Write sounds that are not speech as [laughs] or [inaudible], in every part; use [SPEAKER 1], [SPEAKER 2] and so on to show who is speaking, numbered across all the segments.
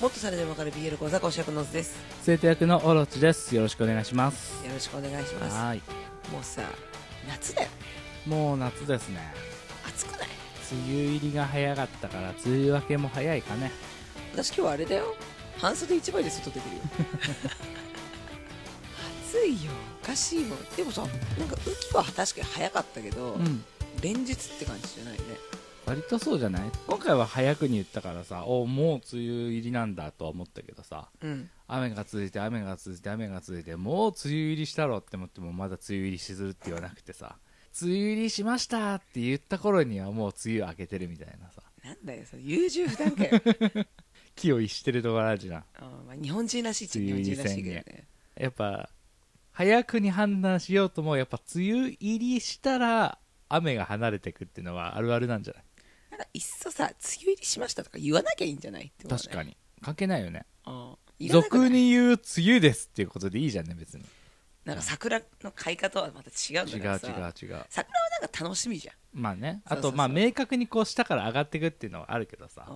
[SPEAKER 1] もっとそれでもわかる BL 講座講師役のずです
[SPEAKER 2] 生徒役のオロチですよろしくお願いします
[SPEAKER 1] よろしくお願いしま
[SPEAKER 2] はい
[SPEAKER 1] すもうさ夏だよ
[SPEAKER 2] もう夏ですね
[SPEAKER 1] 暑くない
[SPEAKER 2] 梅雨入りが早かったから梅雨明けも早いかね
[SPEAKER 1] 私今日あれだよ半袖一枚で外出てるよ [laughs] 暑いよおかしいもんでもさなんか雨季は確かに早かったけど、
[SPEAKER 2] うん
[SPEAKER 1] 連日って感じじゃないね
[SPEAKER 2] 割とそうじゃない今回は早くに言ったからさおもう梅雨入りなんだとは思ったけどさ
[SPEAKER 1] うん
[SPEAKER 2] 雨が続いて雨が続いて雨が続いてもう梅雨入りしたろって思ってもまだ梅雨入りしずるって言わなくてさ梅雨入りしましたって言った頃にはもう梅雨明けてるみたいなさ
[SPEAKER 1] なんだよその優柔不断
[SPEAKER 2] [laughs]
[SPEAKER 1] かよ
[SPEAKER 2] 気を逸してるところあるじゃん
[SPEAKER 1] あーまあ日本人らしいっちゃ日本人らしいけどね
[SPEAKER 2] やっぱ早くに判断しようともやっぱ梅雨入りしたら雨が離れてくっていうのはあるあるなんじゃない
[SPEAKER 1] なんかいっそさ梅雨入りしましたとか言わなきゃいいんじゃないって思うね
[SPEAKER 2] 確かに関係ないよね
[SPEAKER 1] あーいらなくない
[SPEAKER 2] 俗に言う梅雨ですっていうことでいいじゃんね別に
[SPEAKER 1] なんか桜の開花とはまた違うん
[SPEAKER 2] 違
[SPEAKER 1] だ
[SPEAKER 2] う
[SPEAKER 1] からさ
[SPEAKER 2] 違う違う
[SPEAKER 1] 桜はなんか楽しみじゃん
[SPEAKER 2] まあね
[SPEAKER 1] そう
[SPEAKER 2] あ
[SPEAKER 1] そうそう
[SPEAKER 2] とまあ明確にこう下から上がってくっていうのはあるけど
[SPEAKER 1] う
[SPEAKER 2] さ、
[SPEAKER 1] ん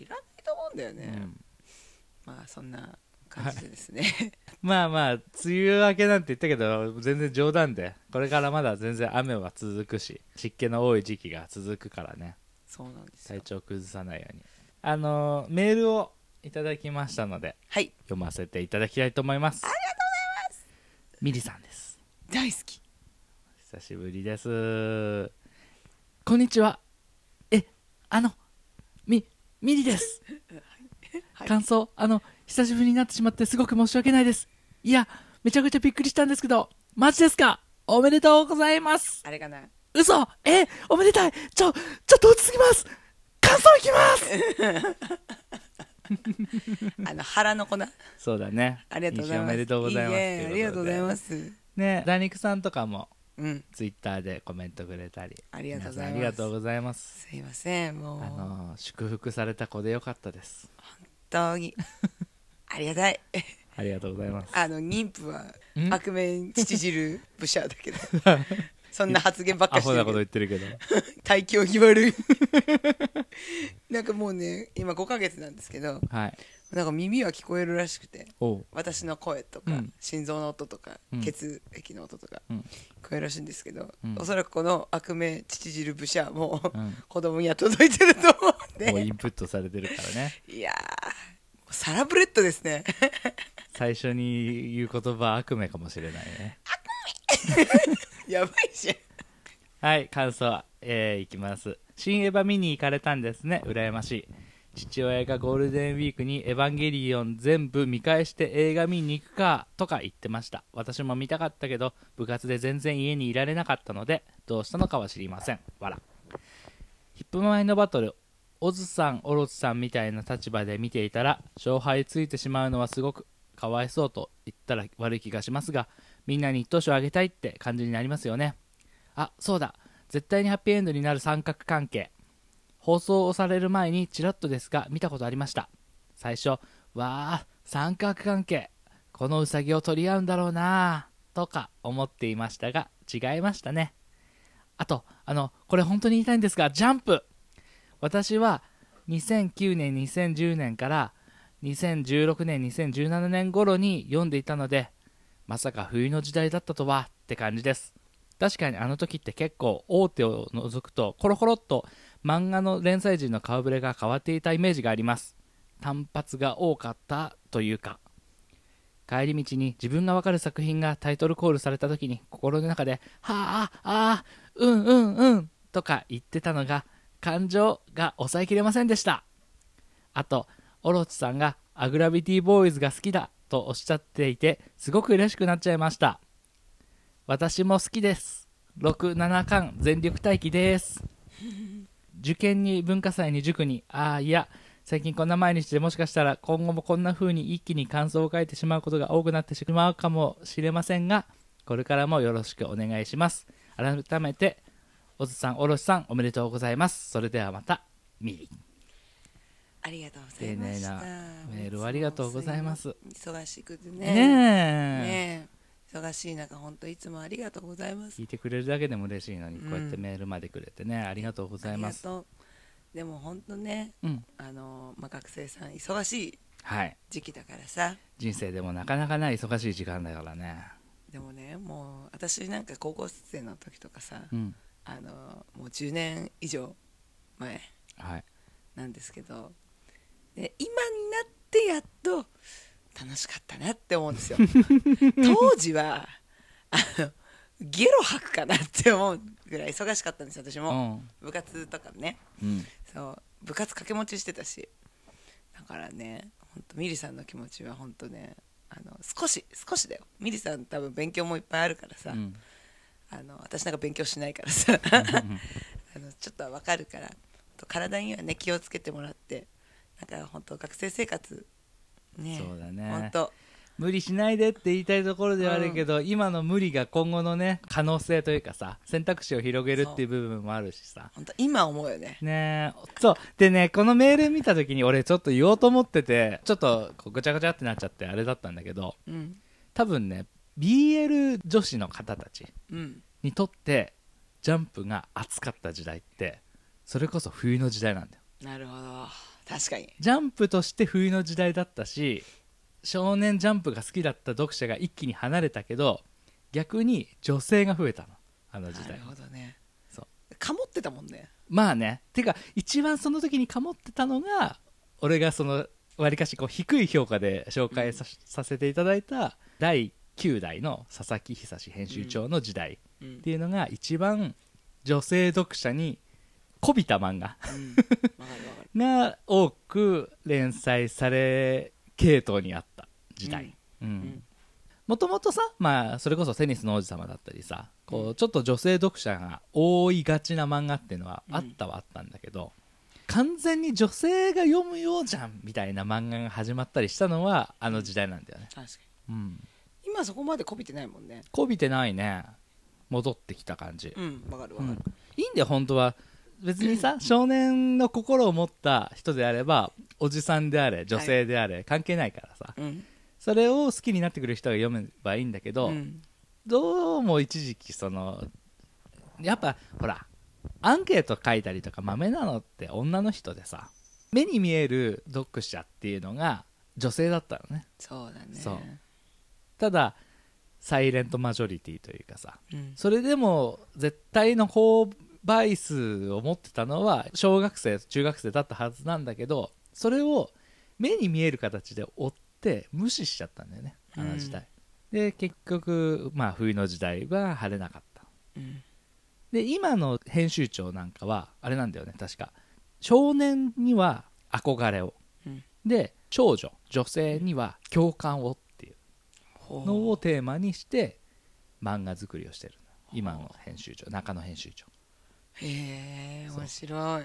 [SPEAKER 1] いらないと思うんだよ
[SPEAKER 2] う
[SPEAKER 1] ね、
[SPEAKER 2] ん、
[SPEAKER 1] まあそんな感じでですね、 [laughs]
[SPEAKER 2] まあまあ梅雨明けなんて言ったけど全然冗談でこれからまだ全然雨は続くし湿気の多い時期が続くからね
[SPEAKER 1] そうなんです
[SPEAKER 2] 体
[SPEAKER 1] よ
[SPEAKER 2] 調崩さないようにあのーメールをいただきましたので
[SPEAKER 1] はい
[SPEAKER 2] 読ませていただきたいと思いますありがとうございますミリさんです
[SPEAKER 1] 大好き
[SPEAKER 2] 久しぶりですこんにちはえあのみミリです、
[SPEAKER 1] [laughs] はい
[SPEAKER 2] 感想あの久しぶりになってしまってすごく申し訳ないですいやめちゃくちゃびっくりしたんですけどマジですかおめでとうございます
[SPEAKER 1] あれ
[SPEAKER 2] [laughs]
[SPEAKER 1] かな
[SPEAKER 2] 嘘えおめでたいちょちょっと落ち着きます感想いきます
[SPEAKER 1] あの腹の粉あ
[SPEAKER 2] そうだね。
[SPEAKER 1] りがとうございます
[SPEAKER 2] 一緒おめでとうございます。
[SPEAKER 1] えありがとうござい
[SPEAKER 2] す。
[SPEAKER 1] ます
[SPEAKER 2] ね、ダニクさんとかも
[SPEAKER 1] うん
[SPEAKER 2] ツイッターでコメントくれたり。
[SPEAKER 1] ありがとうございます
[SPEAKER 2] 皆さんありがとうございます。
[SPEAKER 1] すいませんもう
[SPEAKER 2] あ
[SPEAKER 1] 本
[SPEAKER 2] の祝福された子でよかったです。
[SPEAKER 1] 当に [laughs] ありがたい [laughs]
[SPEAKER 2] ありがとうございます。
[SPEAKER 1] あの妊婦は
[SPEAKER 2] ん
[SPEAKER 1] 悪面乳
[SPEAKER 2] [laughs]
[SPEAKER 1] 汁ブシャーだけどそんな発言ばっか
[SPEAKER 2] ア
[SPEAKER 1] して
[SPEAKER 2] ホ
[SPEAKER 1] る
[SPEAKER 2] な
[SPEAKER 1] け
[SPEAKER 2] こと
[SPEAKER 1] ど
[SPEAKER 2] 言ってるけど。
[SPEAKER 1] 体調気悪い [laughs] なんかもうね今5ヶ月なんですけど
[SPEAKER 2] はい。
[SPEAKER 1] なんか耳は聞こえるらしくて
[SPEAKER 2] おう。
[SPEAKER 1] 私の声とか、
[SPEAKER 2] うん
[SPEAKER 1] 心臓の音とか、
[SPEAKER 2] うん
[SPEAKER 1] 血液の音とか、
[SPEAKER 2] うん
[SPEAKER 1] 聞こえるらしいんですけど、
[SPEAKER 2] うん
[SPEAKER 1] おそらくこの悪名乳汁ブシャーも、
[SPEAKER 2] うん
[SPEAKER 1] 子供には届いてると思うん
[SPEAKER 2] もう
[SPEAKER 1] で
[SPEAKER 2] インプットされてるからね。
[SPEAKER 1] いやーサラブレッドですね [laughs]
[SPEAKER 2] 最初に言う言葉は悪夢かもしれないね。
[SPEAKER 1] やばいじゃん
[SPEAKER 2] はい、感想、えーいきます。新エヴァ見に行かれたんですね。羨ましい。父親がゴールデンウィークにエヴァンゲリオン全部見返して映画見に行くかとか言ってました。私も見たかったけど、部活で全然家にいられなかったので、どうしたのかは知りません。わら。ヒップマイのバトル、オズさん、オロチさんみたいな立場で見ていたら、勝敗ついてしまうのはすごくかわいそうと言ったら悪い気がしますが、みんなに一等賞あげたいって感じになりますよね。あそうだ絶対にハッピーエンドになる三角関係放送をされる前にちらっとですが見たことありました最初わあ三角関係このウサギを取り合うんだろうなあとか思っていましたが違いましたねあとあのこれ本当に言いたいんですがジャンプ私は2009年2010年から2016年2017年頃に読んでいたのでまさか冬の時代だったとはって感じです確かにあの時って結構大手を除くとコロコロっと漫画の連載時の顔ぶれが変わっていたイメージがあります単発が多かったというか帰り道に自分がわかる作品がタイトルコールされた時に心の中で「はあああうんうんうん」とか言ってたのが感情が抑えきれませんでしたあとオロチさんが「アグラビティボーイズが好きだ」とおっしゃっていてすごく嬉しくなっちゃいました私も好きです67巻全力待機です受験に文化祭に塾にああいや最近こんな毎日でもしかしたら今後もこんな風に一気に感想を書いてしまうことが多くなってしまうかもしれませんがこれからもよろしくお願いします改めておずさんおろしさんおめでとうございますそれではまたみり
[SPEAKER 1] ありがとうございました
[SPEAKER 2] 丁寧なメールをありがとうございます
[SPEAKER 1] 忙しくて
[SPEAKER 2] ね
[SPEAKER 1] ね
[SPEAKER 2] え
[SPEAKER 1] ねえ忙しい中本当いつもありがとうございます
[SPEAKER 2] 聞いてくれるだけでも嬉しいのに、
[SPEAKER 1] うん
[SPEAKER 2] こうやってメールまでくれてねありがとうございます
[SPEAKER 1] ありがとうでも本当ね
[SPEAKER 2] うん
[SPEAKER 1] あの、まあ、学生さん忙しい
[SPEAKER 2] はい
[SPEAKER 1] 時期だからさ
[SPEAKER 2] 人生でもなかなかない忙しい時間だからね
[SPEAKER 1] でもねもう私なんか高校生の時とかさ、
[SPEAKER 2] うん
[SPEAKER 1] あのもう10年以上前
[SPEAKER 2] はい
[SPEAKER 1] なんですけどで今になってやっと楽しかったなって思うんですよ
[SPEAKER 2] [laughs]
[SPEAKER 1] 当時はあのゲロ吐くかなって思うぐらい忙しかったんですよ私も、部活とかね
[SPEAKER 2] うん
[SPEAKER 1] そう部活掛け持ちしてたしだからね本当ミリさんの気持ちは本当ねあの少し少しだよミリさん多分勉強もいっぱいあるからさ、
[SPEAKER 2] うん [laughs]
[SPEAKER 1] あの私なんか勉強しないからさ [laughs] あのちょっとはわかるから体にはね気をつけてもらってなんか本当学生生活ね
[SPEAKER 2] そうだね
[SPEAKER 1] 本当
[SPEAKER 2] 無理しないでって言いたいところではあるけど、今の無理が今後のね可能性というかさ選択肢を広げるっていう部分もあるしさ
[SPEAKER 1] 本当今思うよね
[SPEAKER 2] ねえそうでねこのメール見た時に俺ちょっと言おうと思っててちょっとこうぐちゃぐちゃってなっちゃってあれだったんだけど
[SPEAKER 1] うん
[SPEAKER 2] 多分ね BL 女子の方たち
[SPEAKER 1] うん
[SPEAKER 2] にとってジャンプが熱かった時代ってそれこそ冬の時代なんだよ
[SPEAKER 1] なるほど確かに
[SPEAKER 2] ジャンプとして冬の時代だったし少年ジャンプが好きだった読者が一気に離れたけど逆に女性が増えたのあの時
[SPEAKER 1] な
[SPEAKER 2] 代
[SPEAKER 1] るほどね
[SPEAKER 2] そう
[SPEAKER 1] かもってたもんね
[SPEAKER 2] まあねてか一番その時にかもってたのが俺がそのわりかしこう低い評価で紹介さ,、させていただいた第9代の佐々木久志編集長の時代
[SPEAKER 1] う
[SPEAKER 2] っ
[SPEAKER 1] ん
[SPEAKER 2] ていうのが一番女性読者にこびた漫画 [laughs]
[SPEAKER 1] うんわかるわかる
[SPEAKER 2] が多く連載され系統にあった時代
[SPEAKER 1] ん
[SPEAKER 2] もともとさ、まあ、それこそテニスの王子様だったりさこうちょっと女性読者が多いがちな漫画っていうのは
[SPEAKER 1] うん
[SPEAKER 2] あったはあったんだけど、完全に女性が読むようじゃんみたいな漫画が始まったりしたのはあの時代なんだよね、
[SPEAKER 1] 確かに
[SPEAKER 2] うん、
[SPEAKER 1] 今そこまでこびてないもんね
[SPEAKER 2] こびてないね戻ってきた感じ、
[SPEAKER 1] うんわかるわ
[SPEAKER 2] う
[SPEAKER 1] か
[SPEAKER 2] ん
[SPEAKER 1] る、
[SPEAKER 2] いいんだよ本当は別にさ少年の心を持った人であればおじさんであれ女性であれ、関係ないからさ
[SPEAKER 1] うん
[SPEAKER 2] それを好きになってくれる人が読めばいいんだけど、
[SPEAKER 1] うん
[SPEAKER 2] どうも一時期そのやっぱほらアンケート書いたりとかマメなのって女の人でさ目に見える読者っていうのが女性だったのね
[SPEAKER 1] そうだね
[SPEAKER 2] そうただサイレントマジョリティというかさ
[SPEAKER 1] うん
[SPEAKER 2] それでも絶対の購買数を持ってたのは小学生中学生だったはずなんだけどそれを目に見える形で追って無視しちゃったんだよねあの時代、で結局、まあ、冬の時代は晴れなかった
[SPEAKER 1] うん
[SPEAKER 2] で今の編集長なんかはあれなんだよね確か少年には憧れを
[SPEAKER 1] うん
[SPEAKER 2] で少女女性には共感をっていう
[SPEAKER 1] ほう
[SPEAKER 2] のをテーマにして漫画作りをしてる今の編集長中野編集長
[SPEAKER 1] へえ
[SPEAKER 2] そう
[SPEAKER 1] 面白い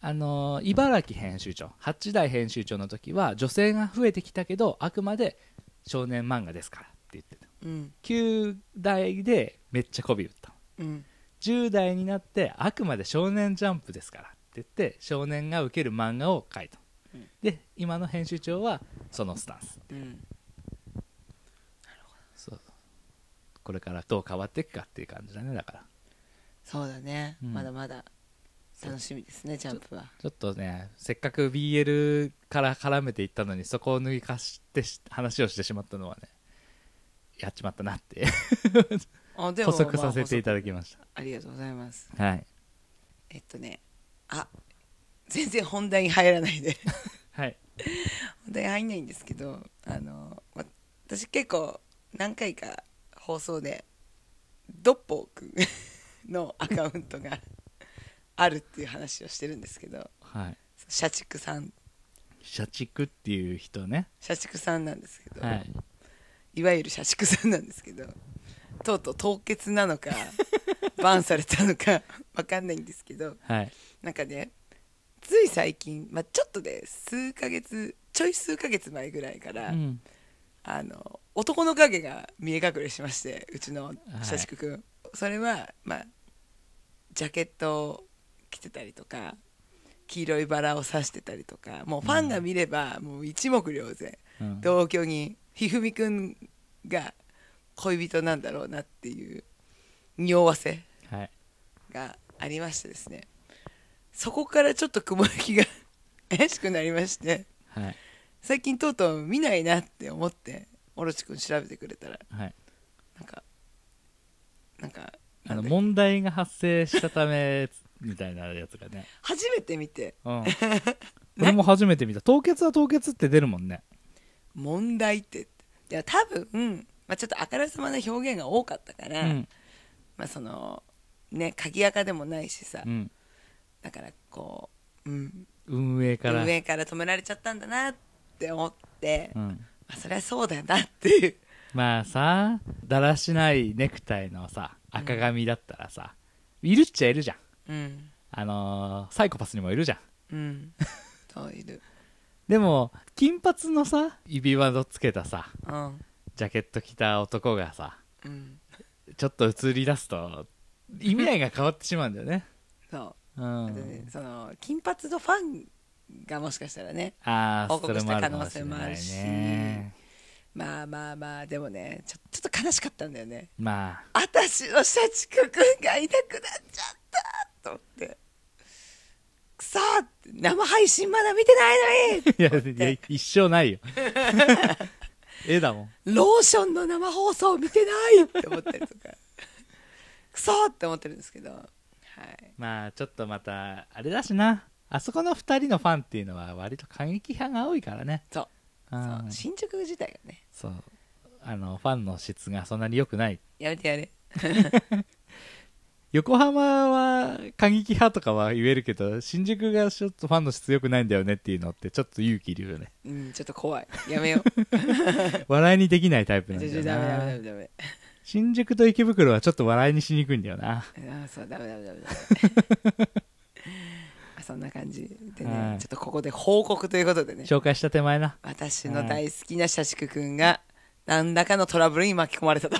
[SPEAKER 2] あのー茨城編集長八代編集長の時は女性が増えてきたけどあくまで少年漫画ですからって言ってた
[SPEAKER 1] うん
[SPEAKER 2] 9代でめっちゃ媚び打った
[SPEAKER 1] うん
[SPEAKER 2] 10代になってあくまで少年ジャンプですからって言って少年が受ける漫画を書いた、
[SPEAKER 1] うん
[SPEAKER 2] で今の編集長はそのスタンス
[SPEAKER 1] うん
[SPEAKER 2] そうこれからどう変わっていくかっていう感じだねだから
[SPEAKER 1] そうだね、
[SPEAKER 2] うん
[SPEAKER 1] まだまだ楽しみですねジャンプは
[SPEAKER 2] ちょっとねせっかく BL から絡めていったのにそこを抜かしてし話をしてしまったのはねやっちまったなって
[SPEAKER 1] あで
[SPEAKER 2] 補足させてい
[SPEAKER 1] だ
[SPEAKER 2] ただきまし
[SPEAKER 1] ありがとうございます
[SPEAKER 2] た、はい、
[SPEAKER 1] えっとねあ全然本題に入らないで
[SPEAKER 2] はい、
[SPEAKER 1] 本題に入んないんですけどあのま私結構何回か放送でドッポーく [laughs] んのアカウントがあるっていう話をしてるんですけど
[SPEAKER 2] はい、
[SPEAKER 1] 社畜さん
[SPEAKER 2] 社畜っていう人ね
[SPEAKER 1] 社畜さんなんですけど、
[SPEAKER 2] はい
[SPEAKER 1] いわゆる社畜さんなんですけどとうとう凍結なのか
[SPEAKER 2] [laughs]
[SPEAKER 1] バンされたのかわかんないんですけど
[SPEAKER 2] はい
[SPEAKER 1] なんかねつい最近、まあ、ちょっとで、数ヶ月ちょい数ヶ月前ぐらいから、
[SPEAKER 2] うん
[SPEAKER 1] あの男の影が見え隠れしましてうちの社畜くん、それは、まあ、ジャケットを着てたりとか黄色いバラを刺してたりとかもうファンが見ればもう一目瞭然、
[SPEAKER 2] うん
[SPEAKER 1] 同居にひふみくんが恋人なんだろうなっていう匂わせ
[SPEAKER 2] はい
[SPEAKER 1] がありましてですね [laughs] そこからちょっと雲行きが怪しくなりまして
[SPEAKER 2] はい
[SPEAKER 1] 最近とうとう見ないなって思ってオロチ君調べてくれたら
[SPEAKER 2] はい、
[SPEAKER 1] なんかなんか
[SPEAKER 2] あの
[SPEAKER 1] なんだっ
[SPEAKER 2] 問題が発生したためみたいなやつが [laughs] ね、
[SPEAKER 1] け初めて見て
[SPEAKER 2] うん、俺も初めて見た凍結は凍結って出るもんね
[SPEAKER 1] 問題っていや多分、まあ、ちょっとあからさまな表現が多かったか
[SPEAKER 2] う
[SPEAKER 1] ら、
[SPEAKER 2] ん
[SPEAKER 1] まあそのね鍵垢でもないしさ、
[SPEAKER 2] うん
[SPEAKER 1] だからこう、うん、
[SPEAKER 2] 運営から
[SPEAKER 1] 上から止められちゃったんだなって思って、
[SPEAKER 2] う
[SPEAKER 1] ま
[SPEAKER 2] ん、
[SPEAKER 1] あ、そりゃそうだよなっていう
[SPEAKER 2] まあさだらしないネクタイのさ赤髪だったらさ、いるっちゃいるじゃん
[SPEAKER 1] うん
[SPEAKER 2] あのーサイコパスにもいるじゃん
[SPEAKER 1] うんそういる
[SPEAKER 2] でも金髪のさ指輪のつけたさ
[SPEAKER 1] うん
[SPEAKER 2] ジャケット着た男がさ
[SPEAKER 1] うん
[SPEAKER 2] ちょっと映り出すと意味合いが変わってしまうんだよ
[SPEAKER 1] [laughs]
[SPEAKER 2] ね、
[SPEAKER 1] そうう、でね
[SPEAKER 2] ん、
[SPEAKER 1] その金髪のファンがもしかしたらね
[SPEAKER 2] ああ
[SPEAKER 1] 報
[SPEAKER 2] そ
[SPEAKER 1] 告
[SPEAKER 2] れ
[SPEAKER 1] し
[SPEAKER 2] もあ
[SPEAKER 1] た可
[SPEAKER 2] るかも
[SPEAKER 1] 能
[SPEAKER 2] し
[SPEAKER 1] 性
[SPEAKER 2] れ
[SPEAKER 1] もあ
[SPEAKER 2] ない
[SPEAKER 1] るし
[SPEAKER 2] ね
[SPEAKER 1] まあまあまあでもねちょちょっと悲しかったんだよね
[SPEAKER 2] ま
[SPEAKER 1] [laughs]
[SPEAKER 2] あ
[SPEAKER 1] 私の社畜くんがいなくなっちゃったと思ってくそーって生配信まだ見てないのに
[SPEAKER 2] いやいや一
[SPEAKER 1] [laughs]
[SPEAKER 2] 生ないよ [laughs] 絵だもん
[SPEAKER 1] ローションの生放送見てないって思ったりと
[SPEAKER 2] [laughs]
[SPEAKER 1] かクソって思ってるんですけど、はい、
[SPEAKER 2] まあちょっとまたあれだしなあそこの2人のファンっていうのは割と過激派が多いからね
[SPEAKER 1] そう
[SPEAKER 2] う
[SPEAKER 1] そうん新宿自体がね
[SPEAKER 2] そうあのファンの質がそんなに良くない
[SPEAKER 1] やめてやれ
[SPEAKER 2] 横浜は過激派とかは言えるけど新宿がちょっとファンの質良くないんだよねっていうのってちょっと勇気いるよね [laughs]
[SPEAKER 1] うんちょっと怖いやめよう
[SPEAKER 2] 笑いにできないタイプなんだ
[SPEAKER 1] ちょち
[SPEAKER 2] よ
[SPEAKER 1] ょダメダメダ
[SPEAKER 2] な
[SPEAKER 1] メダメ
[SPEAKER 2] 新宿と池袋はちょっと笑いにしにくいんだよな
[SPEAKER 1] あーそうダメダメダメダメ
[SPEAKER 2] [laughs]
[SPEAKER 1] そんな感じでね、
[SPEAKER 2] はい
[SPEAKER 1] ちょっとここで報告ということでね
[SPEAKER 2] 紹介した手前な
[SPEAKER 1] 私の大好きな社畜くんが何らかのトラブルに巻き込まれ
[SPEAKER 2] [laughs]
[SPEAKER 1] たと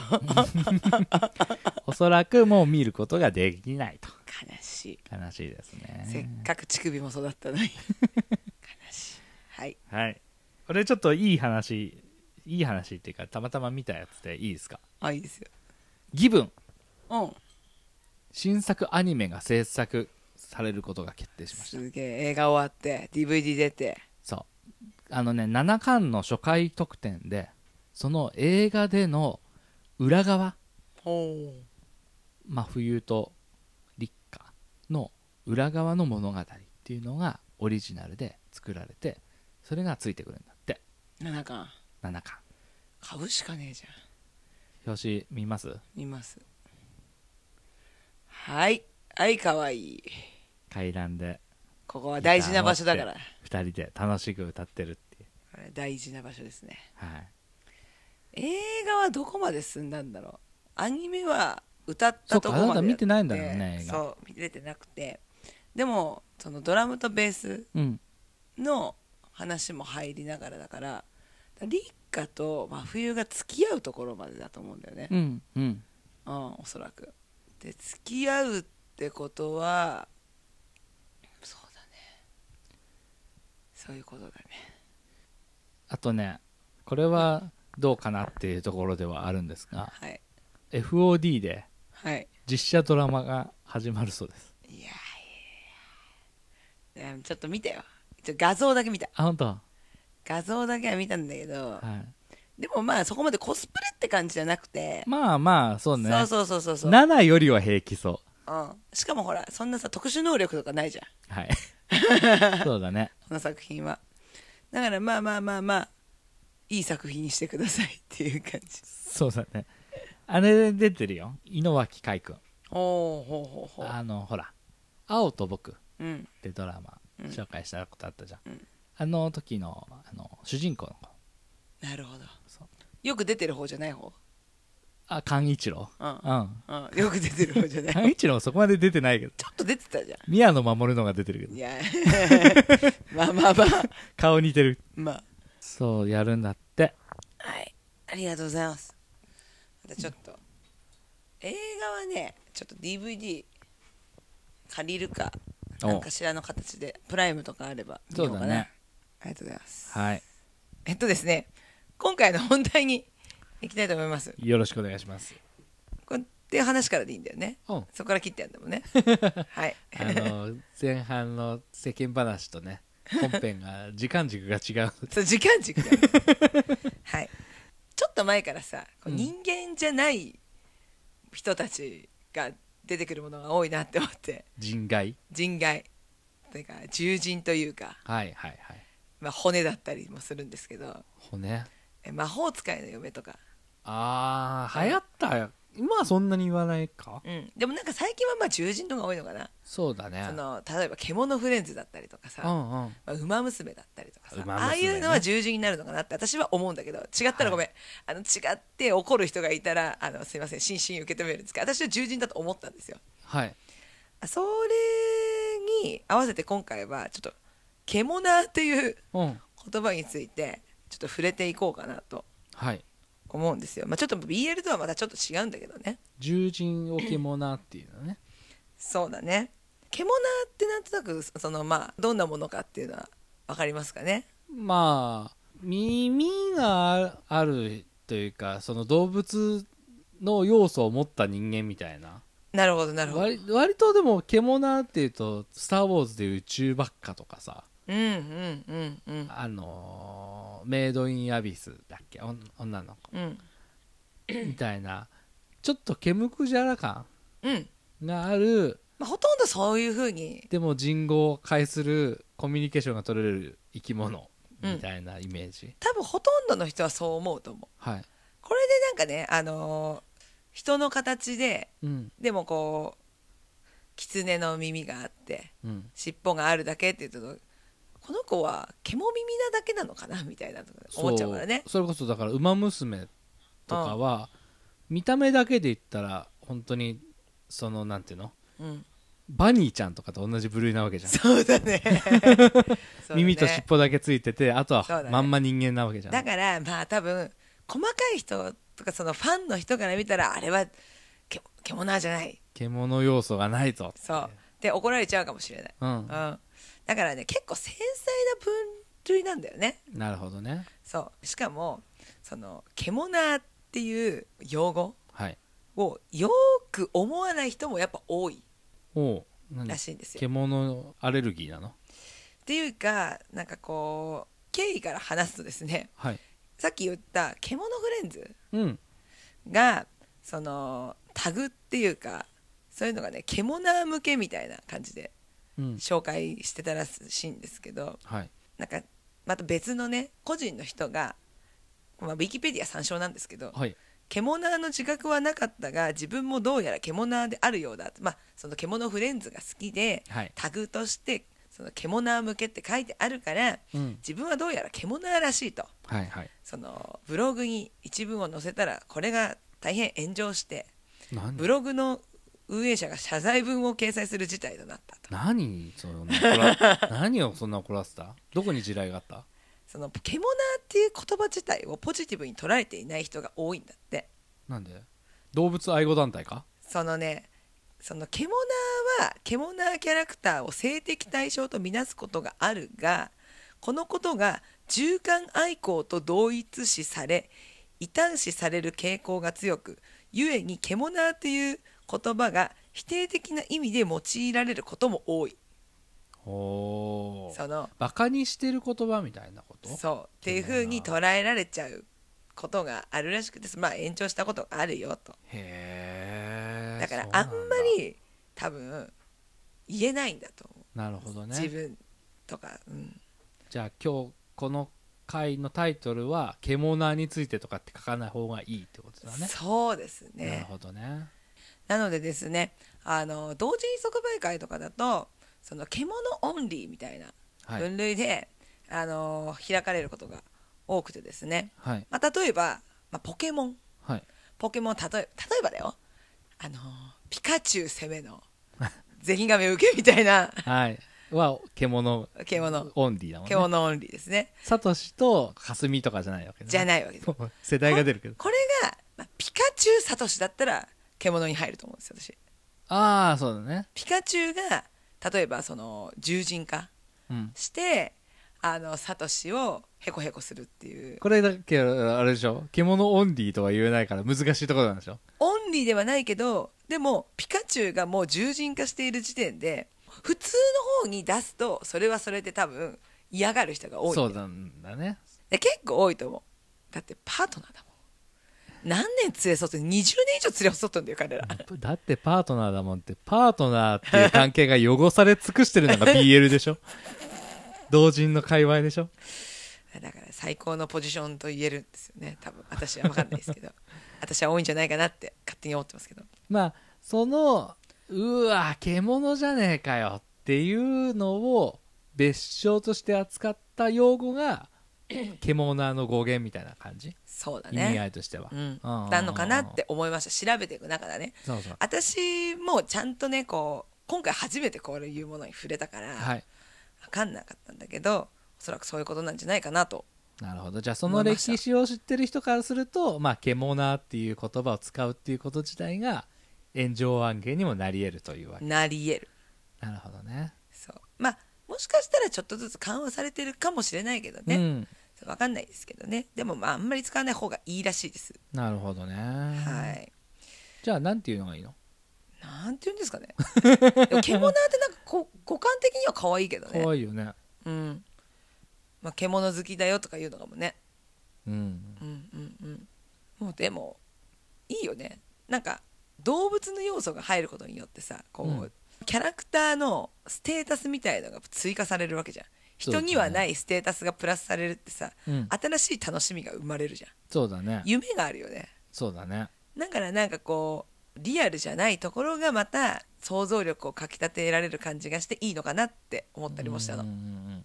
[SPEAKER 2] おそらくもう見ることができないと
[SPEAKER 1] 悲しい
[SPEAKER 2] 悲しいですね
[SPEAKER 1] [laughs] せっかく乳首も育ったのに悲しいはい
[SPEAKER 2] はい。これちょっといい話、いい話っていうか、たまたま見たやつでいいですか
[SPEAKER 1] あいいですよ
[SPEAKER 2] ギブン、
[SPEAKER 1] うん
[SPEAKER 2] 新作アニメが制作されることが決定しました。
[SPEAKER 1] すげえ映画終わって DVD 出て
[SPEAKER 2] そう。あのね、7巻の初回特典で、その映画での裏側、
[SPEAKER 1] ほ
[SPEAKER 2] 真冬と立夏の裏側の物語っていうのがオリジナルで作られて、それがついてくるんだって。
[SPEAKER 1] うなんか
[SPEAKER 2] 7巻。
[SPEAKER 1] 買うしかねえじゃん
[SPEAKER 2] 表紙見ます
[SPEAKER 1] 見ますはいはいかわいい
[SPEAKER 2] 回覧で
[SPEAKER 1] ここは大事な場所だから
[SPEAKER 2] 2人で楽しく歌ってるっていう。
[SPEAKER 1] これ大事な場所ですね
[SPEAKER 2] はい。
[SPEAKER 1] 映画はどこまで進んだんだろうアニメは歌ったとこまで
[SPEAKER 2] そっかあなた見てないんだろう
[SPEAKER 1] やって
[SPEAKER 2] ね映画
[SPEAKER 1] そう見れてなくてでもそのドラムとベース
[SPEAKER 2] うん。
[SPEAKER 1] の話も入りながらだから立夏と真冬が付き合うところまでだと思うんだよね、
[SPEAKER 2] うん。うん。
[SPEAKER 1] うん、おそらくで付き合うってことはそうだねそういうことだね
[SPEAKER 2] あとね、これはどうかなっていうところではあるんですが、
[SPEAKER 1] はい
[SPEAKER 2] FOD で
[SPEAKER 1] はい
[SPEAKER 2] 実写ドラマが始まるそうです。
[SPEAKER 1] いやいやいやちょっと見たよちょ画像だけ見た
[SPEAKER 2] あ、本当は
[SPEAKER 1] 画像だけは見たんだけど
[SPEAKER 2] い。
[SPEAKER 1] でもまあそこまでコスプレって感じじゃなくて、
[SPEAKER 2] まあまあ、そうね。
[SPEAKER 1] そうそうそうそうそう、
[SPEAKER 2] 7よりは平気そ
[SPEAKER 1] うん、しかもほらそんなさ特殊能力とかないじゃん
[SPEAKER 2] う。 [laughs] はい。そうだね。
[SPEAKER 1] この作品はだからまあまあまあまあいい作品にしてくださいっていう感じ
[SPEAKER 2] そうだね。あれで出てるよ。井之脇海君。
[SPEAKER 1] ほうほうほうほう
[SPEAKER 2] あの、ほら、青と僕。
[SPEAKER 1] うん
[SPEAKER 2] ってドラマ
[SPEAKER 1] うん
[SPEAKER 2] 紹介したことあったじゃん、
[SPEAKER 1] うん
[SPEAKER 2] あの時のあの主人公の子
[SPEAKER 1] なるほど
[SPEAKER 2] そう
[SPEAKER 1] よく出てる方じゃない方
[SPEAKER 2] あ寛一郎
[SPEAKER 1] うん、
[SPEAKER 2] うん寛
[SPEAKER 1] うん、よく出てる方じ
[SPEAKER 2] [laughs]
[SPEAKER 1] ゃないち
[SPEAKER 2] 一郎そこまで出てないけど
[SPEAKER 1] ょっと出てたじゃ
[SPEAKER 2] 宮野真守のが出てるけ
[SPEAKER 1] ん
[SPEAKER 2] ど
[SPEAKER 1] いや [laughs] まあまあまあ
[SPEAKER 2] 顔似てる
[SPEAKER 1] まあ
[SPEAKER 2] そうやるんだって
[SPEAKER 1] はいありがとうございますまたちょっと映画はねちょっと DVD 借りるか
[SPEAKER 2] お
[SPEAKER 1] 何かしらの形でプライムとかあれば見ようかな
[SPEAKER 2] そうだね
[SPEAKER 1] ありがとうございます
[SPEAKER 2] はい
[SPEAKER 1] えっとですね今回の本題に行きたいと思います
[SPEAKER 2] よろしくお願いし [laughs] ます
[SPEAKER 1] これっていう話からでいいんだよね
[SPEAKER 2] うん
[SPEAKER 1] [laughs] そこから切ってやんだもんねはい
[SPEAKER 2] あの前半の世間話とね本編が時間軸が違う
[SPEAKER 1] そう時間 [laughs] 軸がはいちょっと前からさこう
[SPEAKER 2] うん
[SPEAKER 1] 人間じゃない人たちが出てくるものが多いなって思って
[SPEAKER 2] 人外
[SPEAKER 1] 人外というか獣人というか、
[SPEAKER 2] はいはいはい
[SPEAKER 1] まあ、骨だったりもするんですけど
[SPEAKER 2] 骨
[SPEAKER 1] え魔法使いの嫁とか、
[SPEAKER 2] あー流行ったよ今はそんなに言わないか
[SPEAKER 1] うん、でもなんか最近はまあ獣人の方が多いのかな
[SPEAKER 2] そうだね
[SPEAKER 1] その例えば「獣フレンズ」だったりとかさ、
[SPEAKER 2] う
[SPEAKER 1] ま
[SPEAKER 2] んうん
[SPEAKER 1] あ、馬娘だったりとかさ、
[SPEAKER 2] ウマ娘ね
[SPEAKER 1] ああいうのは従事になるのかなって私は思うんだけど違ったらごめん、あの違って怒る人がいたらあのすいません真摯に受け止めるんですけど私は従人だと思ったんですよ
[SPEAKER 2] はい
[SPEAKER 1] あそれに合わせて今回はちょっと「獣」という
[SPEAKER 2] うん
[SPEAKER 1] 言葉についてちょっと触れていこうかなと
[SPEAKER 2] はい
[SPEAKER 1] 思うんですよ、まあ、ちょっと BL とはまたちょっと違うんだけどね
[SPEAKER 2] 獣人を獣っていうのね
[SPEAKER 1] そうだね獣ってなんとなくそのまあどんなものかっていうのは分かりますかね
[SPEAKER 2] まあ耳があるというかその動物の要素を持った人間みたいな
[SPEAKER 1] なるほどなるほど
[SPEAKER 2] 割割とでも獣っていうと「スター・ウォーズ」でいう宙ばっかとかさ
[SPEAKER 1] うんうんうんうん
[SPEAKER 2] あのーメイド・イン・アビスだっけおん女の子
[SPEAKER 1] うん
[SPEAKER 2] みたいなちょっと毛むくじゃら感
[SPEAKER 1] うん
[SPEAKER 2] がある
[SPEAKER 1] まあ、ほとんどそういうふうに
[SPEAKER 2] でも人語を介するコミュニケーションが取れる生き物みたいなイメージ、
[SPEAKER 1] 多分ほとんどの人はそう思うと思う
[SPEAKER 2] はい、
[SPEAKER 1] これでなんかねあのー人の形で
[SPEAKER 2] うん
[SPEAKER 1] でもこう狐の耳があって
[SPEAKER 2] うん、
[SPEAKER 1] 尻尾があるだけっていうとこの子は獣耳なだけなのかなみたいなとか思っちゃうからね
[SPEAKER 2] そうそれこそだから「ウマ娘」とかは、見た目だけで言ったら本当にそのなんていうの
[SPEAKER 1] う、ん、
[SPEAKER 2] バニーちゃんとかと同じ部類なわけじゃん
[SPEAKER 1] そうだ
[SPEAKER 2] [laughs]
[SPEAKER 1] ねそうだね
[SPEAKER 2] 耳と尻尾だけついててあと
[SPEAKER 1] そう
[SPEAKER 2] は
[SPEAKER 1] だね
[SPEAKER 2] まんま人間なわけじゃん、
[SPEAKER 1] だからまあ多分細かい人とかそのファンの人から見たらあれはけ獣なんじゃない
[SPEAKER 2] 獣要素がないぞって
[SPEAKER 1] そうで怒られちゃうかもしれない、
[SPEAKER 2] う
[SPEAKER 1] うんん、だからね結構繊細な分類なんだよね
[SPEAKER 2] なるほどね
[SPEAKER 1] そうしかもその「獣」っていう用語
[SPEAKER 2] はい
[SPEAKER 1] をよく思わない人もやっぱ多い
[SPEAKER 2] おう何
[SPEAKER 1] らしいんですよ。
[SPEAKER 2] 獣アレルギーなの
[SPEAKER 1] っていうかなんかこう経緯から話すとですね
[SPEAKER 2] はい
[SPEAKER 1] さっき言った「獣フレンズ
[SPEAKER 2] うん」
[SPEAKER 1] がそのタグっていうかそういうのがね獣向けみたいな感じで
[SPEAKER 2] うん
[SPEAKER 1] 紹介してたらしいんですけど
[SPEAKER 2] はい
[SPEAKER 1] なんかまた別のね個人の人が、まあ、ウィキペディア参照なんですけど
[SPEAKER 2] はい
[SPEAKER 1] 「獣の自覚はなかったが自分もどうやら獣であるようだ」まあその獣フレンズが好きで
[SPEAKER 2] はい
[SPEAKER 1] タグとしてその獣向けって書いてあるから
[SPEAKER 2] うん
[SPEAKER 1] 自分はどうやら獣らしいと
[SPEAKER 2] はいはい
[SPEAKER 1] そのブログに一文を載せたらこれが大変炎上して
[SPEAKER 2] 何
[SPEAKER 1] ブログの運営者が謝罪文を掲載する事態となったと。
[SPEAKER 2] 何そんな怒
[SPEAKER 1] [laughs]
[SPEAKER 2] ら何をそんな怒らせたどこに地雷があった
[SPEAKER 1] その獣っていう言葉自体をポジティブに捉えていない人が多いんだって
[SPEAKER 2] なんで動物愛護団体か
[SPEAKER 1] そのねその獣は獣キャラクターを性的対象とみなすことがあるがこのことが従関愛好と同一視され異端視される傾向が強く故に獣という言葉が否定的な意味で用いられることも多い
[SPEAKER 2] おお
[SPEAKER 1] その
[SPEAKER 2] バカにしてる言葉みたいなこと
[SPEAKER 1] そうっていうふうに捉えられちゃうことがあるらしくてまあ延長したことがあるよと
[SPEAKER 2] へえ
[SPEAKER 1] だからあんまり多分言えないんだと思
[SPEAKER 2] なるほど
[SPEAKER 1] う、
[SPEAKER 2] ね
[SPEAKER 1] 自分とか、うん、
[SPEAKER 2] じゃあ今日この回のタイトルは「獣について」とかって書かない方がいいってことだね
[SPEAKER 1] そうです
[SPEAKER 2] なる
[SPEAKER 1] ね
[SPEAKER 2] ほどね
[SPEAKER 1] なのでですねあの同時に即売会とかだとその獣オンリーみたいな
[SPEAKER 2] はい、
[SPEAKER 1] 分類で、あの開かれることが多くてですね、
[SPEAKER 2] はい
[SPEAKER 1] まあ、例えば、まあ、ポケモン
[SPEAKER 2] はい、
[SPEAKER 1] ポケモン例え例えばだよあのピカチュウ攻め
[SPEAKER 2] [laughs]
[SPEAKER 1] のゼニガメ受けみたいな
[SPEAKER 2] はい、は獣
[SPEAKER 1] 獣
[SPEAKER 2] オンリーだもんね
[SPEAKER 1] 獣オンリーですね
[SPEAKER 2] サトシとカスミとかじゃないわけね
[SPEAKER 1] じゃないわけです
[SPEAKER 2] もう [laughs] 世代が出るけど
[SPEAKER 1] これが、まあ、ピカチュウサトシだったら獣に入ると思うんですよ私
[SPEAKER 2] ああそうだね
[SPEAKER 1] ピカチュウが例えばその獣人化
[SPEAKER 2] うん
[SPEAKER 1] してあのサトシをヘコヘコするっていう
[SPEAKER 2] これだけあれでしょ獣オンリーとは言えないから難しいところなんでしょ
[SPEAKER 1] オンリーではないけどでもピカチュウがもう獣人化している時点で普通の方に出すとそれはそれで多分嫌がる人が多いんだ
[SPEAKER 2] そ
[SPEAKER 1] よ
[SPEAKER 2] うなんだね
[SPEAKER 1] で結構多いと思うだってパートナーだもん何年連れ添って20年以上連れ添ったんだよ彼ら
[SPEAKER 2] だってパートナーだもんってパートナーっていう関係が汚され尽くして
[SPEAKER 1] [laughs]
[SPEAKER 2] るのが BL でしょ同人の界隈でしょ
[SPEAKER 1] だから最高のポジションと言えるんですよね多分私は分かんないですけど私は多いんじゃないかなって勝手に思ってますけど
[SPEAKER 2] まあそのうわ獣じゃねえかよっていうのを別称として扱った用語
[SPEAKER 1] [laughs]
[SPEAKER 2] が獣の語源みたいな感じ、
[SPEAKER 1] そうだ
[SPEAKER 2] 意味合
[SPEAKER 1] ね
[SPEAKER 2] いとしては、
[SPEAKER 1] うん
[SPEAKER 2] ううう
[SPEAKER 1] なのかなって思いました調べていく中だね
[SPEAKER 2] そうそう
[SPEAKER 1] 私もちゃんとねこう今回初めてこういうものに触れたから、
[SPEAKER 2] はい
[SPEAKER 1] 分かんなかったんだけどおそらくそういうことなんじゃないかなと
[SPEAKER 2] なるほどじゃあその歴史を知ってる人からするとまあ獣っていう言葉を使うっていうこと自体が炎上案件にもなり得るというわけ
[SPEAKER 1] なり得る
[SPEAKER 2] なるほどね
[SPEAKER 1] そうまあもしかしたらちょっとずつ緩和されてるかもしれないけどね、
[SPEAKER 2] うん、
[SPEAKER 1] わかんないですけどねでもまああんまり使わない方がいいらしいです、
[SPEAKER 2] なるほどね、
[SPEAKER 1] はい
[SPEAKER 2] じゃあなんていうのがいいの
[SPEAKER 1] なんて言うんですか
[SPEAKER 2] [laughs]
[SPEAKER 1] ねでも獣ってなんかこう五感的には可愛いけど
[SPEAKER 2] 可
[SPEAKER 1] ね
[SPEAKER 2] 愛いよね
[SPEAKER 1] うんまあ獣好きだよとか言うのかもね
[SPEAKER 2] うん
[SPEAKER 1] うんうんうんもうでもいいよねなんか動物の要素が入ることによってさこう、
[SPEAKER 2] うん
[SPEAKER 1] キャラクターのステータスみたいのが追加されるわけじゃん
[SPEAKER 2] そうだ
[SPEAKER 1] 人
[SPEAKER 2] ね
[SPEAKER 1] にはないステータスがプラスされるってさ、
[SPEAKER 2] うん
[SPEAKER 1] 新しい楽しみが生まれるじゃん
[SPEAKER 2] そうだね
[SPEAKER 1] 夢があるよね
[SPEAKER 2] そうだね
[SPEAKER 1] だからなんかこうリアルじゃないところがまた想像力をかきたてられる感じがしていいのかなって思ったりもしたの、
[SPEAKER 2] うんうんうん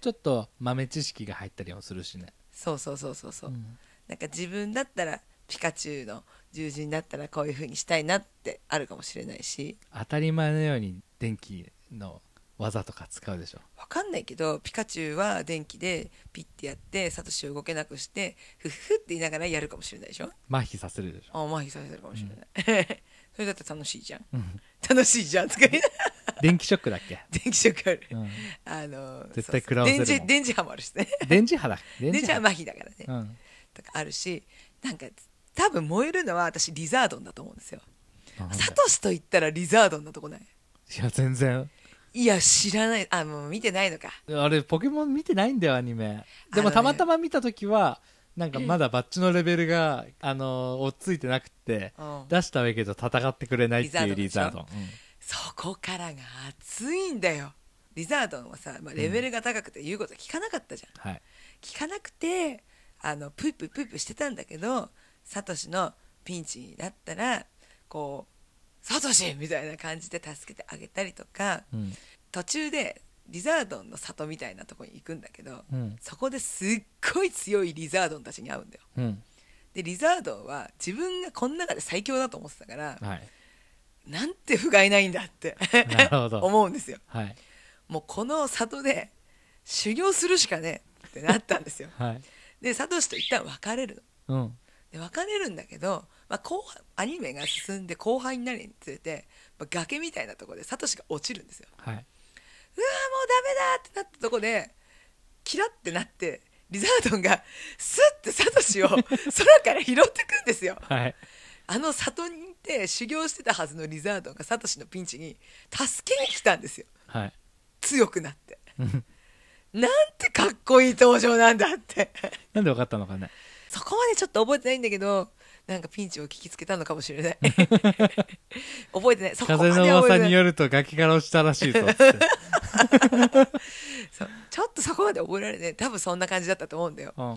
[SPEAKER 2] ちょっと豆知識が入ったりもするしね
[SPEAKER 1] そうそうそうそうそう、
[SPEAKER 2] うん
[SPEAKER 1] なんか自分だったらピカチュウの獣人だったらこういう風にしたいなってあるかもしれないし
[SPEAKER 2] 当たり前のように電気の技とか使うでしょ
[SPEAKER 1] わかんないけどピカチュウは電気でピッてやってサトシを動けなくしてフフフって言いながらやるかもしれないでしょ
[SPEAKER 2] 麻痺させるでし
[SPEAKER 1] [laughs]
[SPEAKER 2] ょ
[SPEAKER 1] あ麻痺させるかもしれない、 [laughs] それだって楽しいじゃん楽しいじゃんとか言いながら
[SPEAKER 2] 電気ショックだっけ
[SPEAKER 1] [laughs] 電気ショックある、
[SPEAKER 2] うん
[SPEAKER 1] あの
[SPEAKER 2] 絶対
[SPEAKER 1] そうそう
[SPEAKER 2] 食らわせるもん
[SPEAKER 1] 電磁電磁波もあるしね
[SPEAKER 2] 電磁波だ電
[SPEAKER 1] 電
[SPEAKER 2] 磁
[SPEAKER 1] 磁
[SPEAKER 2] 波
[SPEAKER 1] 波麻痺だからね、
[SPEAKER 2] うん
[SPEAKER 1] とかあるしなんか多分燃えるのは私リザードンだと思うんですよ
[SPEAKER 2] あなんだ
[SPEAKER 1] サトシと言ったらリザードンだとこない
[SPEAKER 2] いや全然
[SPEAKER 1] いや知らないあもう見てないのか
[SPEAKER 2] あれポケモン見てないんだよアニメで
[SPEAKER 1] あの
[SPEAKER 2] も
[SPEAKER 1] ね
[SPEAKER 2] たまたま見た時はなんかまだバッチのレベルが、あのー追っついてなくって、
[SPEAKER 1] うん
[SPEAKER 2] 出したはいいけど戦ってくれないっていうリ
[SPEAKER 1] リ
[SPEAKER 2] ザ
[SPEAKER 1] ザー
[SPEAKER 2] ード
[SPEAKER 1] ド
[SPEAKER 2] ン
[SPEAKER 1] ンそこからが熱いんだよリザードンはさ、まあ、レベルが高くて言うこと聞かなかったじゃん、
[SPEAKER 2] うんはい
[SPEAKER 1] 聞かなくてあのプイプイプイプイしてたんだけどサトシのピンチになったらこう「サトシ!」みたいな感じで助けてあげたりとか、
[SPEAKER 2] うん
[SPEAKER 1] 途中でリザードンの里みたいなとこに行くんだけど、
[SPEAKER 2] うん
[SPEAKER 1] そこですっごい強いリザードンたちに会うんだよ
[SPEAKER 2] うん
[SPEAKER 1] でリザードンは自分がこの中で最強だと思ってたから
[SPEAKER 2] はい
[SPEAKER 1] なんて不甲斐ないんだって
[SPEAKER 2] なるほど
[SPEAKER 1] [laughs] 思うんですよ
[SPEAKER 2] はい
[SPEAKER 1] もうこの里で修行するしかねえってなったん
[SPEAKER 2] [laughs]
[SPEAKER 1] ですよ
[SPEAKER 2] はい
[SPEAKER 1] でサトシと一旦別れるの
[SPEAKER 2] うん
[SPEAKER 1] で別れるんだけど、まあ、後半アニメが進んで後半になるにつれて、まあ、崖みたいなところでサトシが落ちるんですよ
[SPEAKER 2] はい、
[SPEAKER 1] うわーもうダメだってなったとこでキラってなってリザードンがスッてサト
[SPEAKER 2] [laughs]
[SPEAKER 1] シを空から拾ってくんですよ
[SPEAKER 2] はい、
[SPEAKER 1] あの里にいて修行してたはずのリザードンがサトシのピンチに助けに来たんですよ
[SPEAKER 2] はい
[SPEAKER 1] 強くなってなんてかっこいい登場なんだって
[SPEAKER 2] なんで分かったのかね
[SPEAKER 1] [laughs] そこまでちょっと覚えてないんだけどなんかピンチを聞きつけたのかもしれない [laughs] 覚えてないそこま
[SPEAKER 2] 風
[SPEAKER 1] で
[SPEAKER 2] の
[SPEAKER 1] は覚
[SPEAKER 2] 噂
[SPEAKER 1] えて
[SPEAKER 2] に
[SPEAKER 1] ない
[SPEAKER 2] よると崖から落ちたらしいぞっ
[SPEAKER 1] [laughs]
[SPEAKER 2] つって
[SPEAKER 1] そうちょっとそこまで覚えられない多分そんな感じだったと思うんだよ
[SPEAKER 2] うん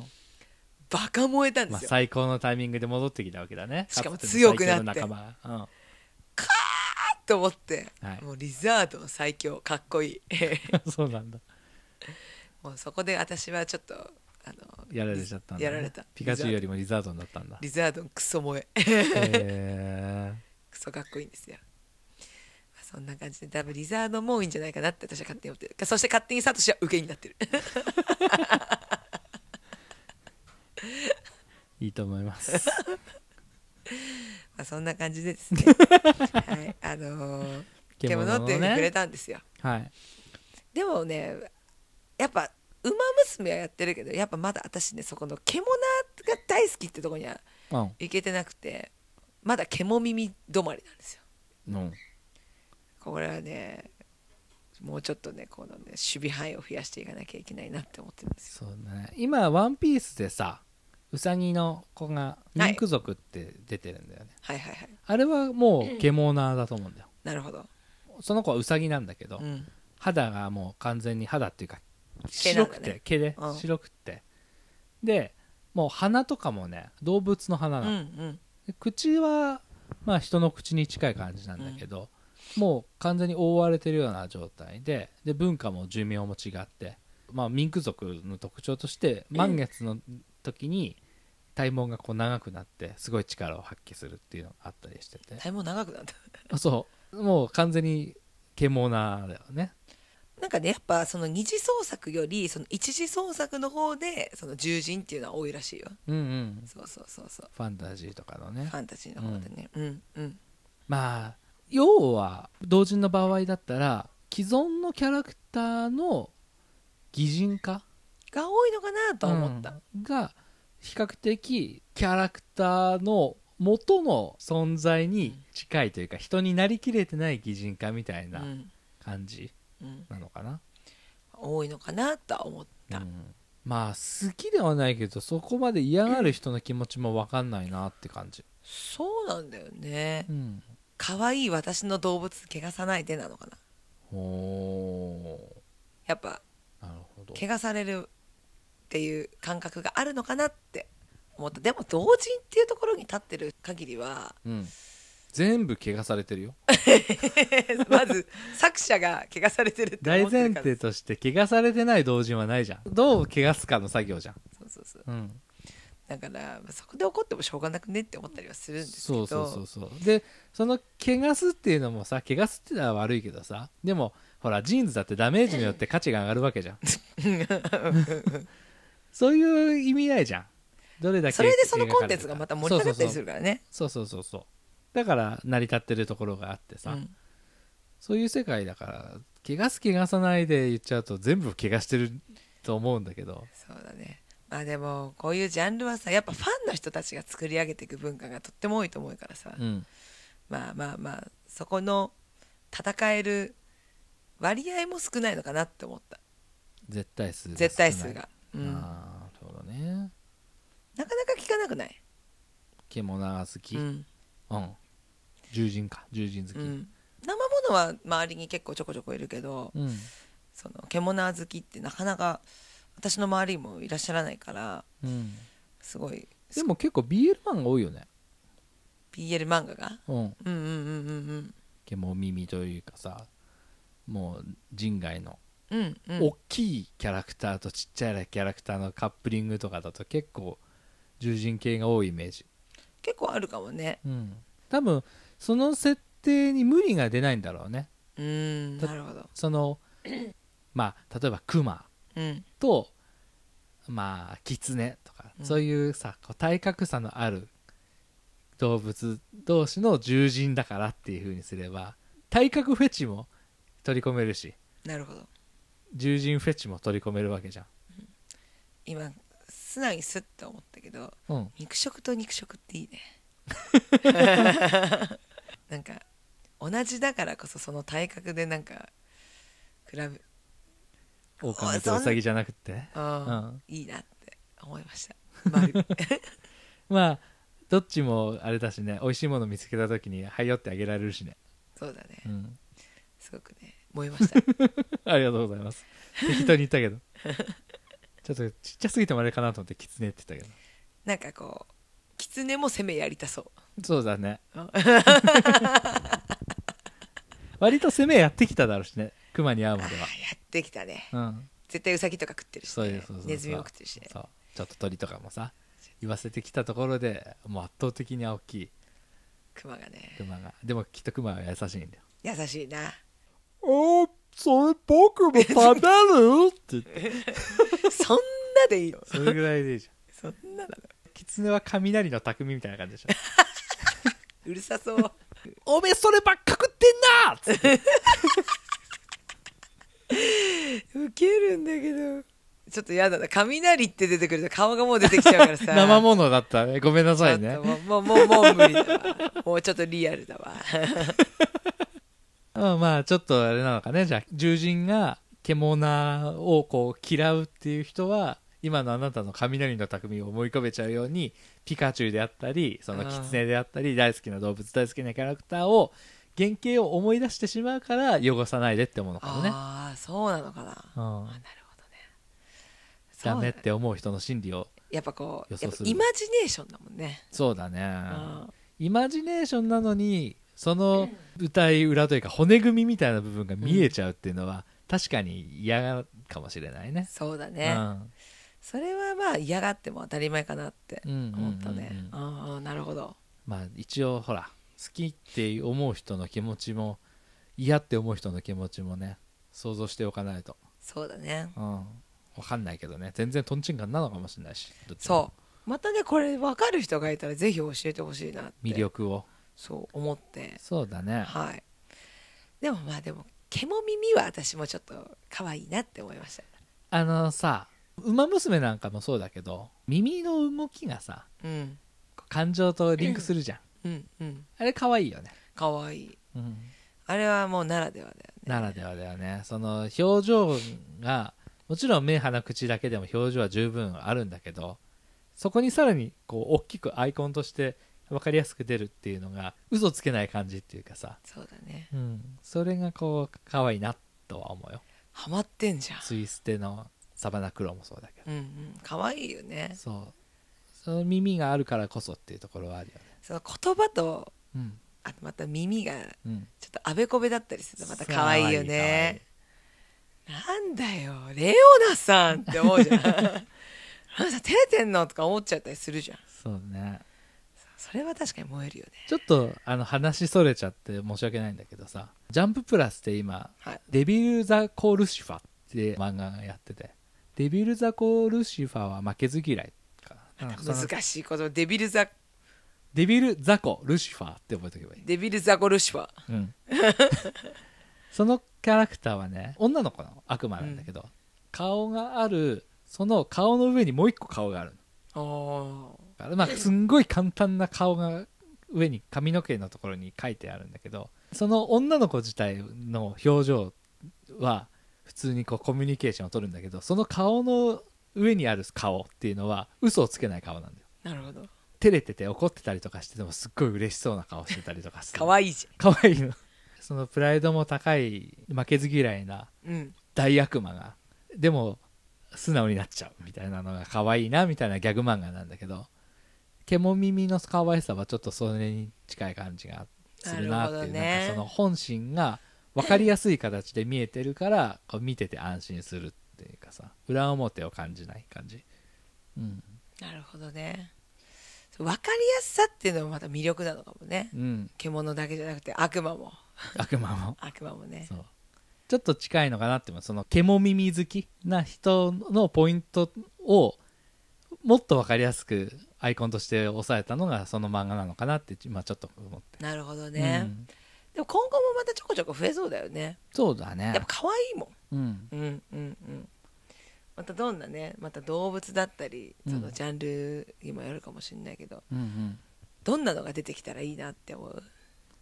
[SPEAKER 1] バカ燃えたんで
[SPEAKER 2] まあ、
[SPEAKER 1] すよ
[SPEAKER 2] 最高のタイミングで戻ってきたわけだね
[SPEAKER 1] しかも
[SPEAKER 2] つ
[SPEAKER 1] 強くなって
[SPEAKER 2] 最強の仲間が、
[SPEAKER 1] と思って、
[SPEAKER 2] はい
[SPEAKER 1] もうリザードン最強かっこいい [laughs]
[SPEAKER 2] うん、 [laughs] そうなんだ
[SPEAKER 1] もうそこで私はちょっとあの
[SPEAKER 2] やられちゃったんだ、ね、
[SPEAKER 1] やられた
[SPEAKER 2] ピカチュウよりもリザードンだったんだ
[SPEAKER 1] リザードンクソ萌え
[SPEAKER 2] へ
[SPEAKER 1] クソかっこいいんですよまあそんな感じで多分リザードンも多いんじゃないかなって私は勝手に思ってるそして勝手にサトシは受けになってる [laughs]
[SPEAKER 2] ーいいと思い [laughs] ます。
[SPEAKER 1] まあそんな感じでですねはいあのー獣
[SPEAKER 2] 獣のね
[SPEAKER 1] っていうふうに触れたんですよ
[SPEAKER 2] はい。
[SPEAKER 1] でもねやっぱウマ娘はやってるけどやっぱまだ私ねそこの獣が大好きってとこには
[SPEAKER 2] うん。
[SPEAKER 1] いけてなくてまだ獣耳止まりなんですよ
[SPEAKER 2] うん。
[SPEAKER 1] これはねもうちょっとねこのね守備範囲を増やしていかなきゃいけないなって思ってるんですよ
[SPEAKER 2] そうだね今「ワンピースでさウサギの子がミンク族って出てるんだよね、
[SPEAKER 1] はいはいはい
[SPEAKER 2] あれはもうゲモナーだと思うんだよ、
[SPEAKER 1] なるほど、
[SPEAKER 2] その子はウサギなんだけど、
[SPEAKER 1] うん、
[SPEAKER 2] 肌がもう完全に肌っていうか
[SPEAKER 1] 毛なん
[SPEAKER 2] 白
[SPEAKER 1] だね
[SPEAKER 2] くて毛で
[SPEAKER 1] うん
[SPEAKER 2] 白くてでもう鼻とかもね動物の鼻
[SPEAKER 1] うん
[SPEAKER 2] な
[SPEAKER 1] う
[SPEAKER 2] の、
[SPEAKER 1] ん
[SPEAKER 2] で口はまあ人の口に近い感じなんだけど、もう完全に覆われてるような状態でで文化も寿命も違って、まあ、ミンク族の特徴として満月の時に体毛がこう長くなってすごい力を発揮するっていうのがあったりしてて
[SPEAKER 1] 体毛長くなった
[SPEAKER 2] [laughs] そうもう完全に獣なだよね
[SPEAKER 1] [laughs] なんかねやっぱその二次創作よりその一次創作の方でその獣人っていうのは多いらしいよ
[SPEAKER 2] うんうん
[SPEAKER 1] そうそうそうそう
[SPEAKER 2] ファンタジーとかのね
[SPEAKER 1] ファンタジーの方でねうんうん
[SPEAKER 2] まあ要は同人の場合だったら既存のキャラクターの擬人化
[SPEAKER 1] が多いのかなとは思った、
[SPEAKER 2] うんが比較的キャラクターの元の存在に近いというか、人になりきれてない擬人化みたいうなん感じ
[SPEAKER 1] うん、
[SPEAKER 2] なのかな、
[SPEAKER 1] 多いのかなとは思った、
[SPEAKER 2] うんまあ好きではないけどそこまで嫌がる人の気持ちも分かんないなって感じ、
[SPEAKER 1] そうなんだよね
[SPEAKER 2] うん、
[SPEAKER 1] 可愛い私の動物汚さないでなのかな
[SPEAKER 2] ほ
[SPEAKER 1] やっぱ
[SPEAKER 2] ーなるほど
[SPEAKER 1] 汚されるっていう感覚があるのかなって思ったでも同人っていうところに立ってる限りは
[SPEAKER 2] うん、全部怪我されてるよ
[SPEAKER 1] [laughs] まず作者が汚されてるって
[SPEAKER 2] 大
[SPEAKER 1] 思って
[SPEAKER 2] 前
[SPEAKER 1] るから
[SPEAKER 2] 提として怪我されてない同人はないじゃんどう怪我すかの作業じゃん、
[SPEAKER 1] そうそうそう
[SPEAKER 2] うん、
[SPEAKER 1] だからそこで怒ってもしょうがなくねって思ったりはするんですけ
[SPEAKER 2] そ
[SPEAKER 1] ど
[SPEAKER 2] うそうそうそうでその怪我すっていうのもさ怪我すってのは悪いけどさでもほらジーンズだってダメージによって価値が上がるわけ
[SPEAKER 1] [laughs]
[SPEAKER 2] じゃんそういう意味合いじゃんどれだけ
[SPEAKER 1] それでそのコンテンツがまた盛り上がったりす
[SPEAKER 2] る
[SPEAKER 1] るからね
[SPEAKER 2] そうそうそうそうそうそうだから成り立ってるところがあってさ、
[SPEAKER 1] うん
[SPEAKER 2] そういう世界だから怪我す怪我さないで言っちゃうと全部怪我してると思うんだけど
[SPEAKER 1] そうだねまあでもこういうジャンルはさやっぱファンの人たちが作り上げていく文化がとっても多いと思うからさ、
[SPEAKER 2] うん
[SPEAKER 1] まあまあまあそこの戦える割合も少ないのかなって思った
[SPEAKER 2] 絶対数が少ない
[SPEAKER 1] 絶対数が、うん、な
[SPEAKER 2] ああそうだね
[SPEAKER 1] かなか聞かなくない、
[SPEAKER 2] 獣が好き、
[SPEAKER 1] うん
[SPEAKER 2] うん獣人か獣人好き、
[SPEAKER 1] うん生ものは周りに結構ちょこちょこいるけど、
[SPEAKER 2] うん
[SPEAKER 1] その獣好きってなかなか私の周りにもいらっしゃらないから
[SPEAKER 2] うん
[SPEAKER 1] すごい
[SPEAKER 2] でも結構 BL 漫画多いよね、
[SPEAKER 1] BL 漫画が
[SPEAKER 2] うん、
[SPEAKER 1] うんうんうんうん
[SPEAKER 2] 獣耳というかさもう人外の
[SPEAKER 1] うんうんうん
[SPEAKER 2] 大きいキャラクターとちっちゃいキャラクターのカップリングとかだと結構獣人系が多いイメージ、
[SPEAKER 1] 結構あるかもね
[SPEAKER 2] うん、多分その設定に無理が出ないんだろうね
[SPEAKER 1] うん
[SPEAKER 2] だ
[SPEAKER 1] なるほど
[SPEAKER 2] そ
[SPEAKER 1] [laughs]
[SPEAKER 2] のまあ例えばクマ
[SPEAKER 1] うん
[SPEAKER 2] とまあキツネとか、
[SPEAKER 1] うん
[SPEAKER 2] そういうさこう体格差のある動物同士の獣人だからっていう風にすれば体格フェチも取り込めるし
[SPEAKER 1] なるほど
[SPEAKER 2] 獣人フェチも取り込めるわけじゃん、
[SPEAKER 1] 今素直にスッと思ったけど
[SPEAKER 2] うん、
[SPEAKER 1] 肉食と肉食って
[SPEAKER 2] [laughs]
[SPEAKER 1] いいねなんか同じだからこそその体格でなんか比べ
[SPEAKER 2] 狼とウサギじゃなくて
[SPEAKER 1] あ
[SPEAKER 2] うん
[SPEAKER 1] いいなって思いました周
[SPEAKER 2] [laughs]
[SPEAKER 1] り
[SPEAKER 2] まあどっちもあれだしね美味しいもの見つけた時にはいよってあげられるしね、
[SPEAKER 1] そうだ
[SPEAKER 2] う
[SPEAKER 1] ね
[SPEAKER 2] ん、
[SPEAKER 1] すごくね燃えました
[SPEAKER 2] [laughs] ありがとうございます適当に言ったけどちょっとちっちゃすぎてもあれかなと思ってキツネって言ったけど
[SPEAKER 1] なんかこう狐も攻めやりたそ
[SPEAKER 2] そうだね
[SPEAKER 1] うん
[SPEAKER 2] [laughs] 割と攻めやってきただろうしね熊に会う
[SPEAKER 1] うあ
[SPEAKER 2] ま
[SPEAKER 1] ー
[SPEAKER 2] で
[SPEAKER 1] や
[SPEAKER 2] は
[SPEAKER 1] ってきたね
[SPEAKER 2] うん
[SPEAKER 1] 絶対ウサギとか食ってるし、
[SPEAKER 2] そうい
[SPEAKER 1] ね
[SPEAKER 2] うそうそう、そう
[SPEAKER 1] ネズミも食ってるしね
[SPEAKER 2] そうちょっと鳥とかもさ言わせてきたところでもう圧倒的に大きい
[SPEAKER 1] クマがね
[SPEAKER 2] 熊がでもきっと熊は優しいんだよ
[SPEAKER 1] 優しいな [laughs]
[SPEAKER 2] おそれ僕も食べるって言って
[SPEAKER 1] そんなでいいよ
[SPEAKER 2] [laughs] それぐらいでいいじゃ
[SPEAKER 1] そんななの
[SPEAKER 2] んキツネは雷の匠みたいな感じで
[SPEAKER 1] [laughs]
[SPEAKER 2] しょ
[SPEAKER 1] うるさそう
[SPEAKER 2] おめえそればっか食ってんなっ
[SPEAKER 1] [laughs]
[SPEAKER 2] つって
[SPEAKER 1] ウケるんだけどちょっとやだな雷って出てくると顔がもう出てきちゃうからさ
[SPEAKER 2] [laughs] 生物だったねごめんなさいね
[SPEAKER 1] ちょっともうもうもうもう無理だわもうちょっとリアルだわ
[SPEAKER 2] うん、まあちょっとあれなのかねじゃあ獣人が獣をこう嫌うっていう人は今のあなたの雷の匠を思い浮かべちゃうようにピカチュウであったりその
[SPEAKER 1] あ
[SPEAKER 2] キ
[SPEAKER 1] ー
[SPEAKER 2] ツネであったり大好きな動物大好きなキャラクターを原型を思い出してしまうから汚さないでって思うのかもね、
[SPEAKER 1] ああそうなのかな、
[SPEAKER 2] う
[SPEAKER 1] あ
[SPEAKER 2] ん
[SPEAKER 1] なるほどねそう
[SPEAKER 2] ダ
[SPEAKER 1] だ
[SPEAKER 2] メ
[SPEAKER 1] ね
[SPEAKER 2] って思う人の心理を
[SPEAKER 1] やっぱこう
[SPEAKER 2] 予
[SPEAKER 1] や
[SPEAKER 2] 想
[SPEAKER 1] っぱ
[SPEAKER 2] する
[SPEAKER 1] イマジネーションだもんね、
[SPEAKER 2] そうだね
[SPEAKER 1] うん
[SPEAKER 2] イマジネーションなのにその舞台裏というか骨組みみたいな部分が見えちゃうっていうのは、確かに嫌かもしれないね
[SPEAKER 1] そうだね、それはまあ嫌がっても当たり前かなって
[SPEAKER 2] うん、うん
[SPEAKER 1] 思ったね
[SPEAKER 2] うんうん、
[SPEAKER 1] ああなるほど
[SPEAKER 2] まあ一応ほら好きって思う人の気持ちも嫌って思う人の気持ちもね想像しておかないと、
[SPEAKER 1] そうだね
[SPEAKER 2] うん、わかんないけどね全然とんちんかんなのかもしれないしどっち
[SPEAKER 1] そ
[SPEAKER 2] も
[SPEAKER 1] うまたねこれ分かる人がいたらぜひ教えてほしいなって
[SPEAKER 2] 魅力を
[SPEAKER 1] そう思って
[SPEAKER 2] そうだね
[SPEAKER 1] はいでもまあでも毛も耳は私もちょっと可愛いなって思いました
[SPEAKER 2] あのさ「ウマ娘」なんかもそうだけど耳の動きがさ
[SPEAKER 1] うん
[SPEAKER 2] 感情とリンクするじゃん、
[SPEAKER 1] うんうん
[SPEAKER 2] あれ可愛いよね、
[SPEAKER 1] 可愛い
[SPEAKER 2] うん、
[SPEAKER 1] あれはもうならではだよね
[SPEAKER 2] ならではだよねその表情がもちろん目鼻口だけでも表情は十分あるんだけどそこにさらにこう大きくアイコンとして分かりやすく出るっていうのが嘘つけない感じっていうかさ、
[SPEAKER 1] そうだね
[SPEAKER 2] うん、それがこう可愛いなとは思うよ
[SPEAKER 1] ハマってんじゃん
[SPEAKER 2] ツイステのサバナクロもそうだけど
[SPEAKER 1] うんうん可愛いよね
[SPEAKER 2] そうその耳があるからこそっていうところはあるよね
[SPEAKER 1] その言葉と
[SPEAKER 2] うん
[SPEAKER 1] あとまた耳が
[SPEAKER 2] うん
[SPEAKER 1] ちょっとあべこべだったりするとまた可愛いよねなんだよレオナさんって思うじゃん
[SPEAKER 2] [laughs]
[SPEAKER 1] レオナさん照れてんのとか思っちゃったりするじゃん
[SPEAKER 2] 可愛いそうね
[SPEAKER 1] それは確かに燃えるよね
[SPEAKER 2] ちょっとあの話それちゃって申し訳ないんだけどさ「ジャンププラス」って今
[SPEAKER 1] はい
[SPEAKER 2] 「デビル・ザ・コ・ルシファー」って漫画がやっててデビル・ザ・コ・ルシファーは負けず嫌いかななんかその
[SPEAKER 1] 難しいことデビルザ
[SPEAKER 2] デビル・ザ・コ・ルシファーって覚えておけばいい、
[SPEAKER 1] デビルザゴルシファー
[SPEAKER 2] うん
[SPEAKER 1] [laughs]
[SPEAKER 2] そのキャラクターはね女の子の悪魔なんだけど、顔があるその顔の上にもう一個顔があるの
[SPEAKER 1] お
[SPEAKER 2] あれまあすんごい簡単な顔が上に髪の毛のところに書いてあるんだけどその女の子自体の表情は普通にこうコミュニケーションを取るんだけどその顔の上にある顔っていうのは嘘をつけない顔なんだよ
[SPEAKER 1] なるほど
[SPEAKER 2] 照れてて怒ってたりとかしててもすっごい嬉しそうな顔してたりとかする
[SPEAKER 1] 可愛いじ
[SPEAKER 2] かわいいのそのプライドも高い負けず嫌いな
[SPEAKER 1] ゃんうん
[SPEAKER 2] 大悪魔がでも素直になっちゃうみたいなのが可愛いなみたいなギャグ漫画なんだけど獣耳の可愛さはちょっとそれに近い感じがするなってい
[SPEAKER 1] なるほど
[SPEAKER 2] う
[SPEAKER 1] ね
[SPEAKER 2] なんかその本心が分かりやすい形で見えてるからこう見てて安心するっていうかさ裏表を感じない感じ、うん
[SPEAKER 1] なるほどね分かりやすさっていうのもまた魅力なのかもね
[SPEAKER 2] うん、
[SPEAKER 1] 獣だけじゃなくて悪魔も
[SPEAKER 2] 悪魔も
[SPEAKER 1] 悪魔もね
[SPEAKER 2] そうちょっと近いのかなって思うその獣耳好きな人のポイントをもっと分かりやすくアイコンとして押さえたのがその漫画なのかなって今ちょっと思って
[SPEAKER 1] なるほどね、
[SPEAKER 2] うん
[SPEAKER 1] でも今後もまたちょこちょこ増えそうだよね
[SPEAKER 2] そうだね
[SPEAKER 1] やっぱ可愛いもん
[SPEAKER 2] うん
[SPEAKER 1] うんうんうんまたどんなねまた動物だったり
[SPEAKER 2] うん
[SPEAKER 1] そのジャンルにもよるかもしれないけど、
[SPEAKER 2] うんうん
[SPEAKER 1] どんなのが出てきたらいいなって思う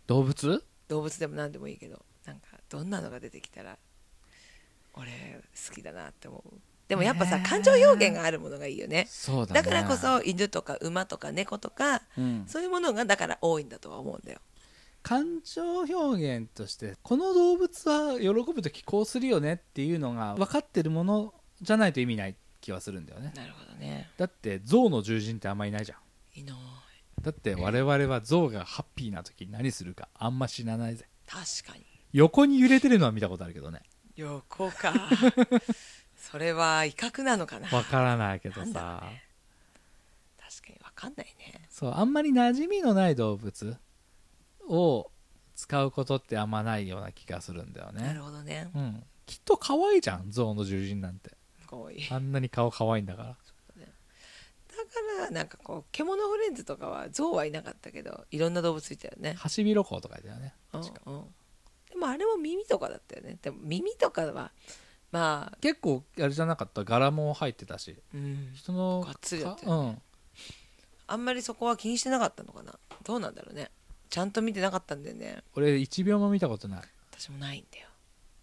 [SPEAKER 2] 動物
[SPEAKER 1] 動物でも何でもいいけどなんかどんなのが出てきたら俺好きだなって思うでもやっぱさ、
[SPEAKER 2] ねえ
[SPEAKER 1] 感情表現があるものがいいよね
[SPEAKER 2] そうだね
[SPEAKER 1] だからこそ犬とか馬とか猫とか、
[SPEAKER 2] うん
[SPEAKER 1] そういうものがだから多いんだとは思うんだよ
[SPEAKER 2] 感情表現としてこの動物は喜ぶと気こうするよねっていうのが分かってるものじゃないと意味ない気はするんだよね
[SPEAKER 1] なるほどね
[SPEAKER 2] だって象の獣人ってあんまいないじゃん
[SPEAKER 1] いない
[SPEAKER 2] だって我々は象がハッピーな時に何するかあんま知らないぜ
[SPEAKER 1] 確かに
[SPEAKER 2] 横に揺れてるのは見たことあるけどね
[SPEAKER 1] 横
[SPEAKER 2] [laughs]
[SPEAKER 1] かそれは威嚇なのかな
[SPEAKER 2] わから [laughs] ないけど
[SPEAKER 1] なんだろ
[SPEAKER 2] さ、
[SPEAKER 1] うね確かにわかんないね
[SPEAKER 2] そうあんまり馴染みのない動物を使うことってあんまないような気がするんだよ
[SPEAKER 1] な
[SPEAKER 2] ね
[SPEAKER 1] るほどね
[SPEAKER 2] うんきっと可愛いじゃん象の獣人なんて
[SPEAKER 1] こういいだ
[SPEAKER 2] あんなに顔可愛いんだから
[SPEAKER 1] からなんかこう獣フレンズとかは象はいなかったけどいろんな動物いたよね
[SPEAKER 2] ハシビロコウとかだよね
[SPEAKER 1] うん
[SPEAKER 2] 確か
[SPEAKER 1] うんでもあれも耳とかだったよねでも耳とかはまあ
[SPEAKER 2] 結構あれじゃなかった柄も入ってたし
[SPEAKER 1] うん
[SPEAKER 2] 人の
[SPEAKER 1] がっつりだった
[SPEAKER 2] か
[SPEAKER 1] よ
[SPEAKER 2] うん
[SPEAKER 1] あんまりそこは気にしてなかったのかなどうなんだろうねちゃんと見てなかったんだよね
[SPEAKER 2] 俺1秒も見たことない
[SPEAKER 1] 私もないんだよ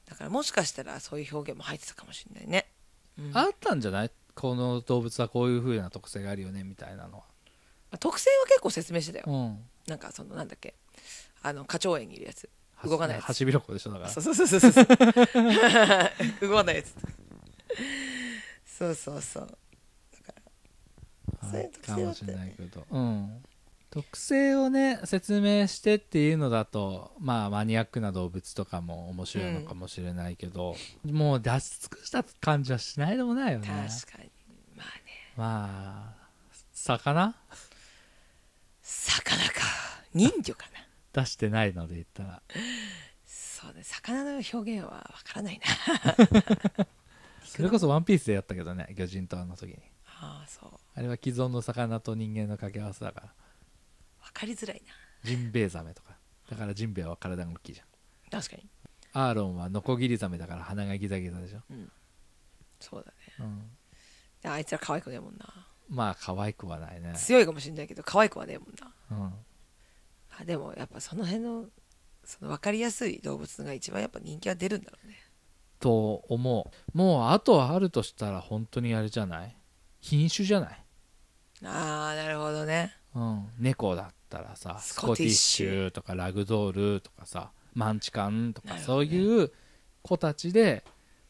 [SPEAKER 1] だからもしかしたらそういう表現も入ってたかもしれないね、うん
[SPEAKER 2] あったんじゃないこの動物はこういう風な特性があるよねみたいなのは
[SPEAKER 1] 特性は結構説明してたよ、
[SPEAKER 2] うん
[SPEAKER 1] なんかそのなんだっけあの花鳥園にいるやつ動かないや
[SPEAKER 2] ハ
[SPEAKER 1] つ
[SPEAKER 2] シビロコでしょだから
[SPEAKER 1] そうそうそうそうそう動かないやつそうそうそう
[SPEAKER 2] あ
[SPEAKER 1] そういう特性
[SPEAKER 2] か
[SPEAKER 1] はあ
[SPEAKER 2] も
[SPEAKER 1] った
[SPEAKER 2] し
[SPEAKER 1] よね
[SPEAKER 2] れないけど、うん、特性をね説明してっていうのだとまあマニアックな動物とかも面白いのかもしれないけど、もう出し尽くした感じはしないでもないよ
[SPEAKER 1] 確
[SPEAKER 2] ね
[SPEAKER 1] かにまあね
[SPEAKER 2] まあ魚
[SPEAKER 1] 魚か人魚かな
[SPEAKER 2] 出してないので言ったら
[SPEAKER 1] そうね魚の表現はわからないな
[SPEAKER 2] それこそ「ワンピースでやったけどね魚人島の時に
[SPEAKER 1] ああそうわ
[SPEAKER 2] あれは既存の魚と人間の掛け合わせだから
[SPEAKER 1] かりづらい
[SPEAKER 2] ジンベエザメとかだからジンベエは体が大きいじゃん
[SPEAKER 1] な確かに
[SPEAKER 2] アーロンはノコギリザメだから鼻がギザギザでしょ、
[SPEAKER 1] そうだね
[SPEAKER 2] うん、
[SPEAKER 1] であいつら可愛くねえもんな
[SPEAKER 2] まあ可愛くはないね
[SPEAKER 1] 強いかもしれないけど可愛くはねえもんな
[SPEAKER 2] うん
[SPEAKER 1] あでもやっぱその辺のその分かりやすい動物が一番やっぱ人気は出るんだろうね
[SPEAKER 2] と思うもうあとはあるとしたら本当にあれじゃない品種じゃない、
[SPEAKER 1] ああなるほどね
[SPEAKER 2] うん、猫だったらさ
[SPEAKER 1] ス
[SPEAKER 2] ス
[SPEAKER 1] コ
[SPEAKER 2] コ
[SPEAKER 1] テ
[SPEAKER 2] テ
[SPEAKER 1] ィ
[SPEAKER 2] ィ
[SPEAKER 1] ッ
[SPEAKER 2] ッ
[SPEAKER 1] シ
[SPEAKER 2] シ
[SPEAKER 1] ュ
[SPEAKER 2] ュとかラグドールとかさマンチカンと
[SPEAKER 1] な
[SPEAKER 2] か
[SPEAKER 1] るほ
[SPEAKER 2] そ
[SPEAKER 1] ど
[SPEAKER 2] う
[SPEAKER 1] ね
[SPEAKER 2] いう子たちで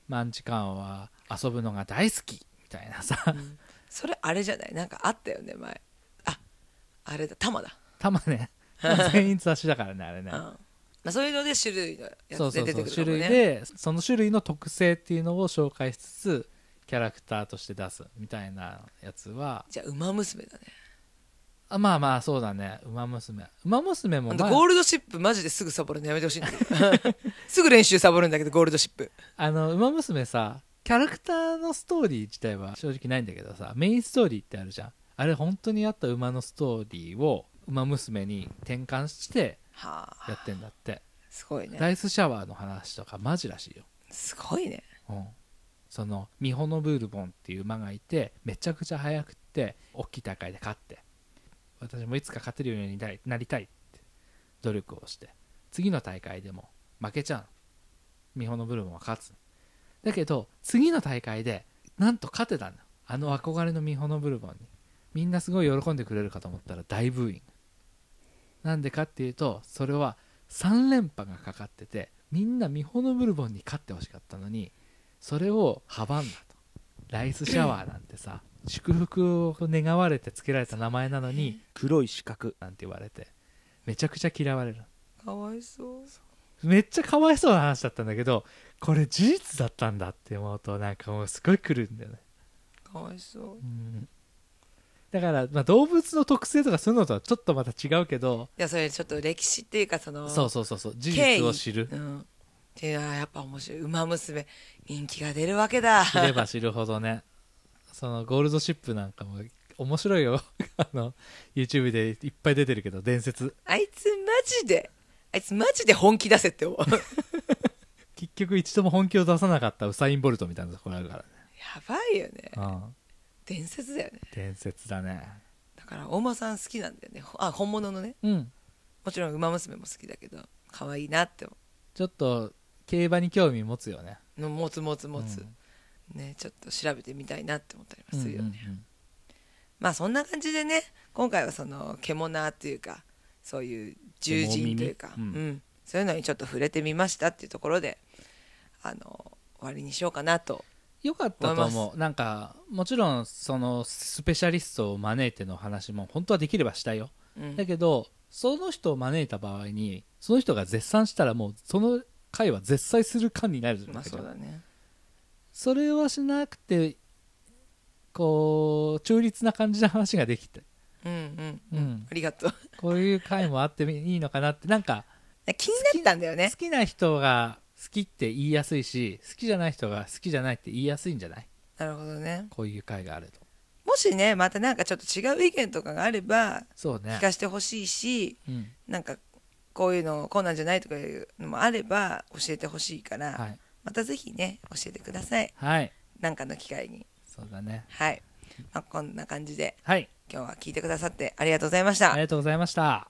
[SPEAKER 2] マンチカンは遊ぶのが大好きみたい
[SPEAKER 1] [laughs]
[SPEAKER 2] なさ
[SPEAKER 1] それあれじゃないなんかあったよね前ああれだ玉だ、
[SPEAKER 2] たまね全員雑誌だからねあれね
[SPEAKER 1] うんま [laughs] あ、そういうので種類の
[SPEAKER 2] そ
[SPEAKER 1] や
[SPEAKER 2] う
[SPEAKER 1] つ
[SPEAKER 2] そ
[SPEAKER 1] で
[SPEAKER 2] う
[SPEAKER 1] 出
[SPEAKER 2] そ
[SPEAKER 1] て
[SPEAKER 2] う
[SPEAKER 1] く
[SPEAKER 2] 種
[SPEAKER 1] るのも
[SPEAKER 2] 類
[SPEAKER 1] ね
[SPEAKER 2] でその種類の特性っていうのを紹介しつつキャラクターとして出すみたいなやつは
[SPEAKER 1] じゃあ馬娘だね
[SPEAKER 2] あまあまあそうだね「ウマ娘」「ウマ娘も、
[SPEAKER 1] あ
[SPEAKER 2] ま
[SPEAKER 1] の
[SPEAKER 2] あ、
[SPEAKER 1] ゴールドシップマジですぐサボるのやめてほしいんだ
[SPEAKER 2] [laughs]
[SPEAKER 1] けどすぐ練習サボるんだけどゴールドシップ
[SPEAKER 2] あの「ウマ娘さ」キャラクターのストーリー自体は正直ないんだけどさメインストーリーってあるじゃんあれ本当にあった馬のストーリーを「ウマ娘」に転換して
[SPEAKER 1] はあ
[SPEAKER 2] やってんだって
[SPEAKER 1] すごいね
[SPEAKER 2] ライスシャワーの話とかマジらしいよ、
[SPEAKER 1] すごいね
[SPEAKER 2] うん、そのミホノブールボンっていう馬がいてめちゃくちゃ速くって大きい大会で勝って私もいつか勝てるようになりなりたいって努力をして次の大会でも負けちゃうミホノブルボンは勝つだけど次の大会でなんと勝てたんだあの憧れのミホノブルボンにみんなすごい喜んでくれるかと思ったら大ブーイングなんでかっていうとそれは3連覇がかかっててみんなミホノブルボンに勝ってほしかったのにそれを阻んだとライスシャワーなんてさ祝福を願われて付けられた名前なのに黒い四角なんて言われてめちゃくちゃ嫌われる
[SPEAKER 1] かわいそう
[SPEAKER 2] めっちゃかわいそうな話だったんだけどこれ事実だったんだって思うとなんかもうすごい来るんだよね、
[SPEAKER 1] かわいそう
[SPEAKER 2] だから、まあ、動物の特性とかそういうのとはちょっとまた違うけど
[SPEAKER 1] いやそれちょっと歴史っていうかその
[SPEAKER 2] そうそうそうそう事実を知る
[SPEAKER 1] うん、っていうのはやっぱ面白い「馬娘」人気が出るわけだ
[SPEAKER 2] 知れば知るほどねそのゴールドシップなんかも面白いよ [laughs] あの YouTube でいっぱい出てるけど伝説
[SPEAKER 1] [laughs] あいつマジであいつマジで本気出せって思うや
[SPEAKER 2] 結局一度も本気を出さなかったウサイン・ボルトみたいなところあるか
[SPEAKER 1] ばいよね
[SPEAKER 2] らね、うん、
[SPEAKER 1] 伝説だよね
[SPEAKER 2] 伝説だね
[SPEAKER 1] だから大間さん好きなんだよねほあ本物のね
[SPEAKER 2] うん
[SPEAKER 1] もちろん「馬娘」も好きだけど可愛いなって思
[SPEAKER 2] ちょっと競馬に興味持つよね
[SPEAKER 1] うの持つ持つ持つ、
[SPEAKER 2] うん
[SPEAKER 1] ねちょっと調べてみたいなって思ったりもするよね、
[SPEAKER 2] うんうんうん
[SPEAKER 1] まあそんな感じでね今回はその獣っていうかそういう獣人というか、う
[SPEAKER 2] 獣
[SPEAKER 1] ん
[SPEAKER 2] 耳う
[SPEAKER 1] そういうのにちょっと触れてみましたっていうところであの終わりにしようかなと
[SPEAKER 2] よかったと
[SPEAKER 1] 思い
[SPEAKER 2] 思うなんかもちろんそのスペシャリストを招いての話も本当はできればしたいよ、
[SPEAKER 1] うん
[SPEAKER 2] だけどその人を招いた場合にその人が絶賛したらもうその回は絶賛する感になるわけじゃん、
[SPEAKER 1] まあそうだね
[SPEAKER 2] それはしなくてこう中立な感じの話ができて、
[SPEAKER 1] うんうん
[SPEAKER 2] うん
[SPEAKER 1] ありがとう [laughs]
[SPEAKER 2] こういう回もあっていいのかなってなんか
[SPEAKER 1] 気になったんだよね
[SPEAKER 2] 好きな人が好きって言いやすいし好きじゃない人が好きじゃないって言いやすいんじゃない
[SPEAKER 1] なるほどね
[SPEAKER 2] こういう回があると
[SPEAKER 1] もしねまたなんかちょっと違う意見とかがあれば
[SPEAKER 2] そうね
[SPEAKER 1] 聞かせてほしいし、
[SPEAKER 2] うん
[SPEAKER 1] なんかこういうのこうなんじゃないとかいうのもあれば教えてほしいから、
[SPEAKER 2] はい、
[SPEAKER 1] またぜひね教えてください
[SPEAKER 2] はい、
[SPEAKER 1] なんかの機会に
[SPEAKER 2] そうだね
[SPEAKER 1] はい、まあ、こんな感じで
[SPEAKER 2] はい
[SPEAKER 1] 今日は聞いてくださってありがとうございました
[SPEAKER 2] あり。がとうございました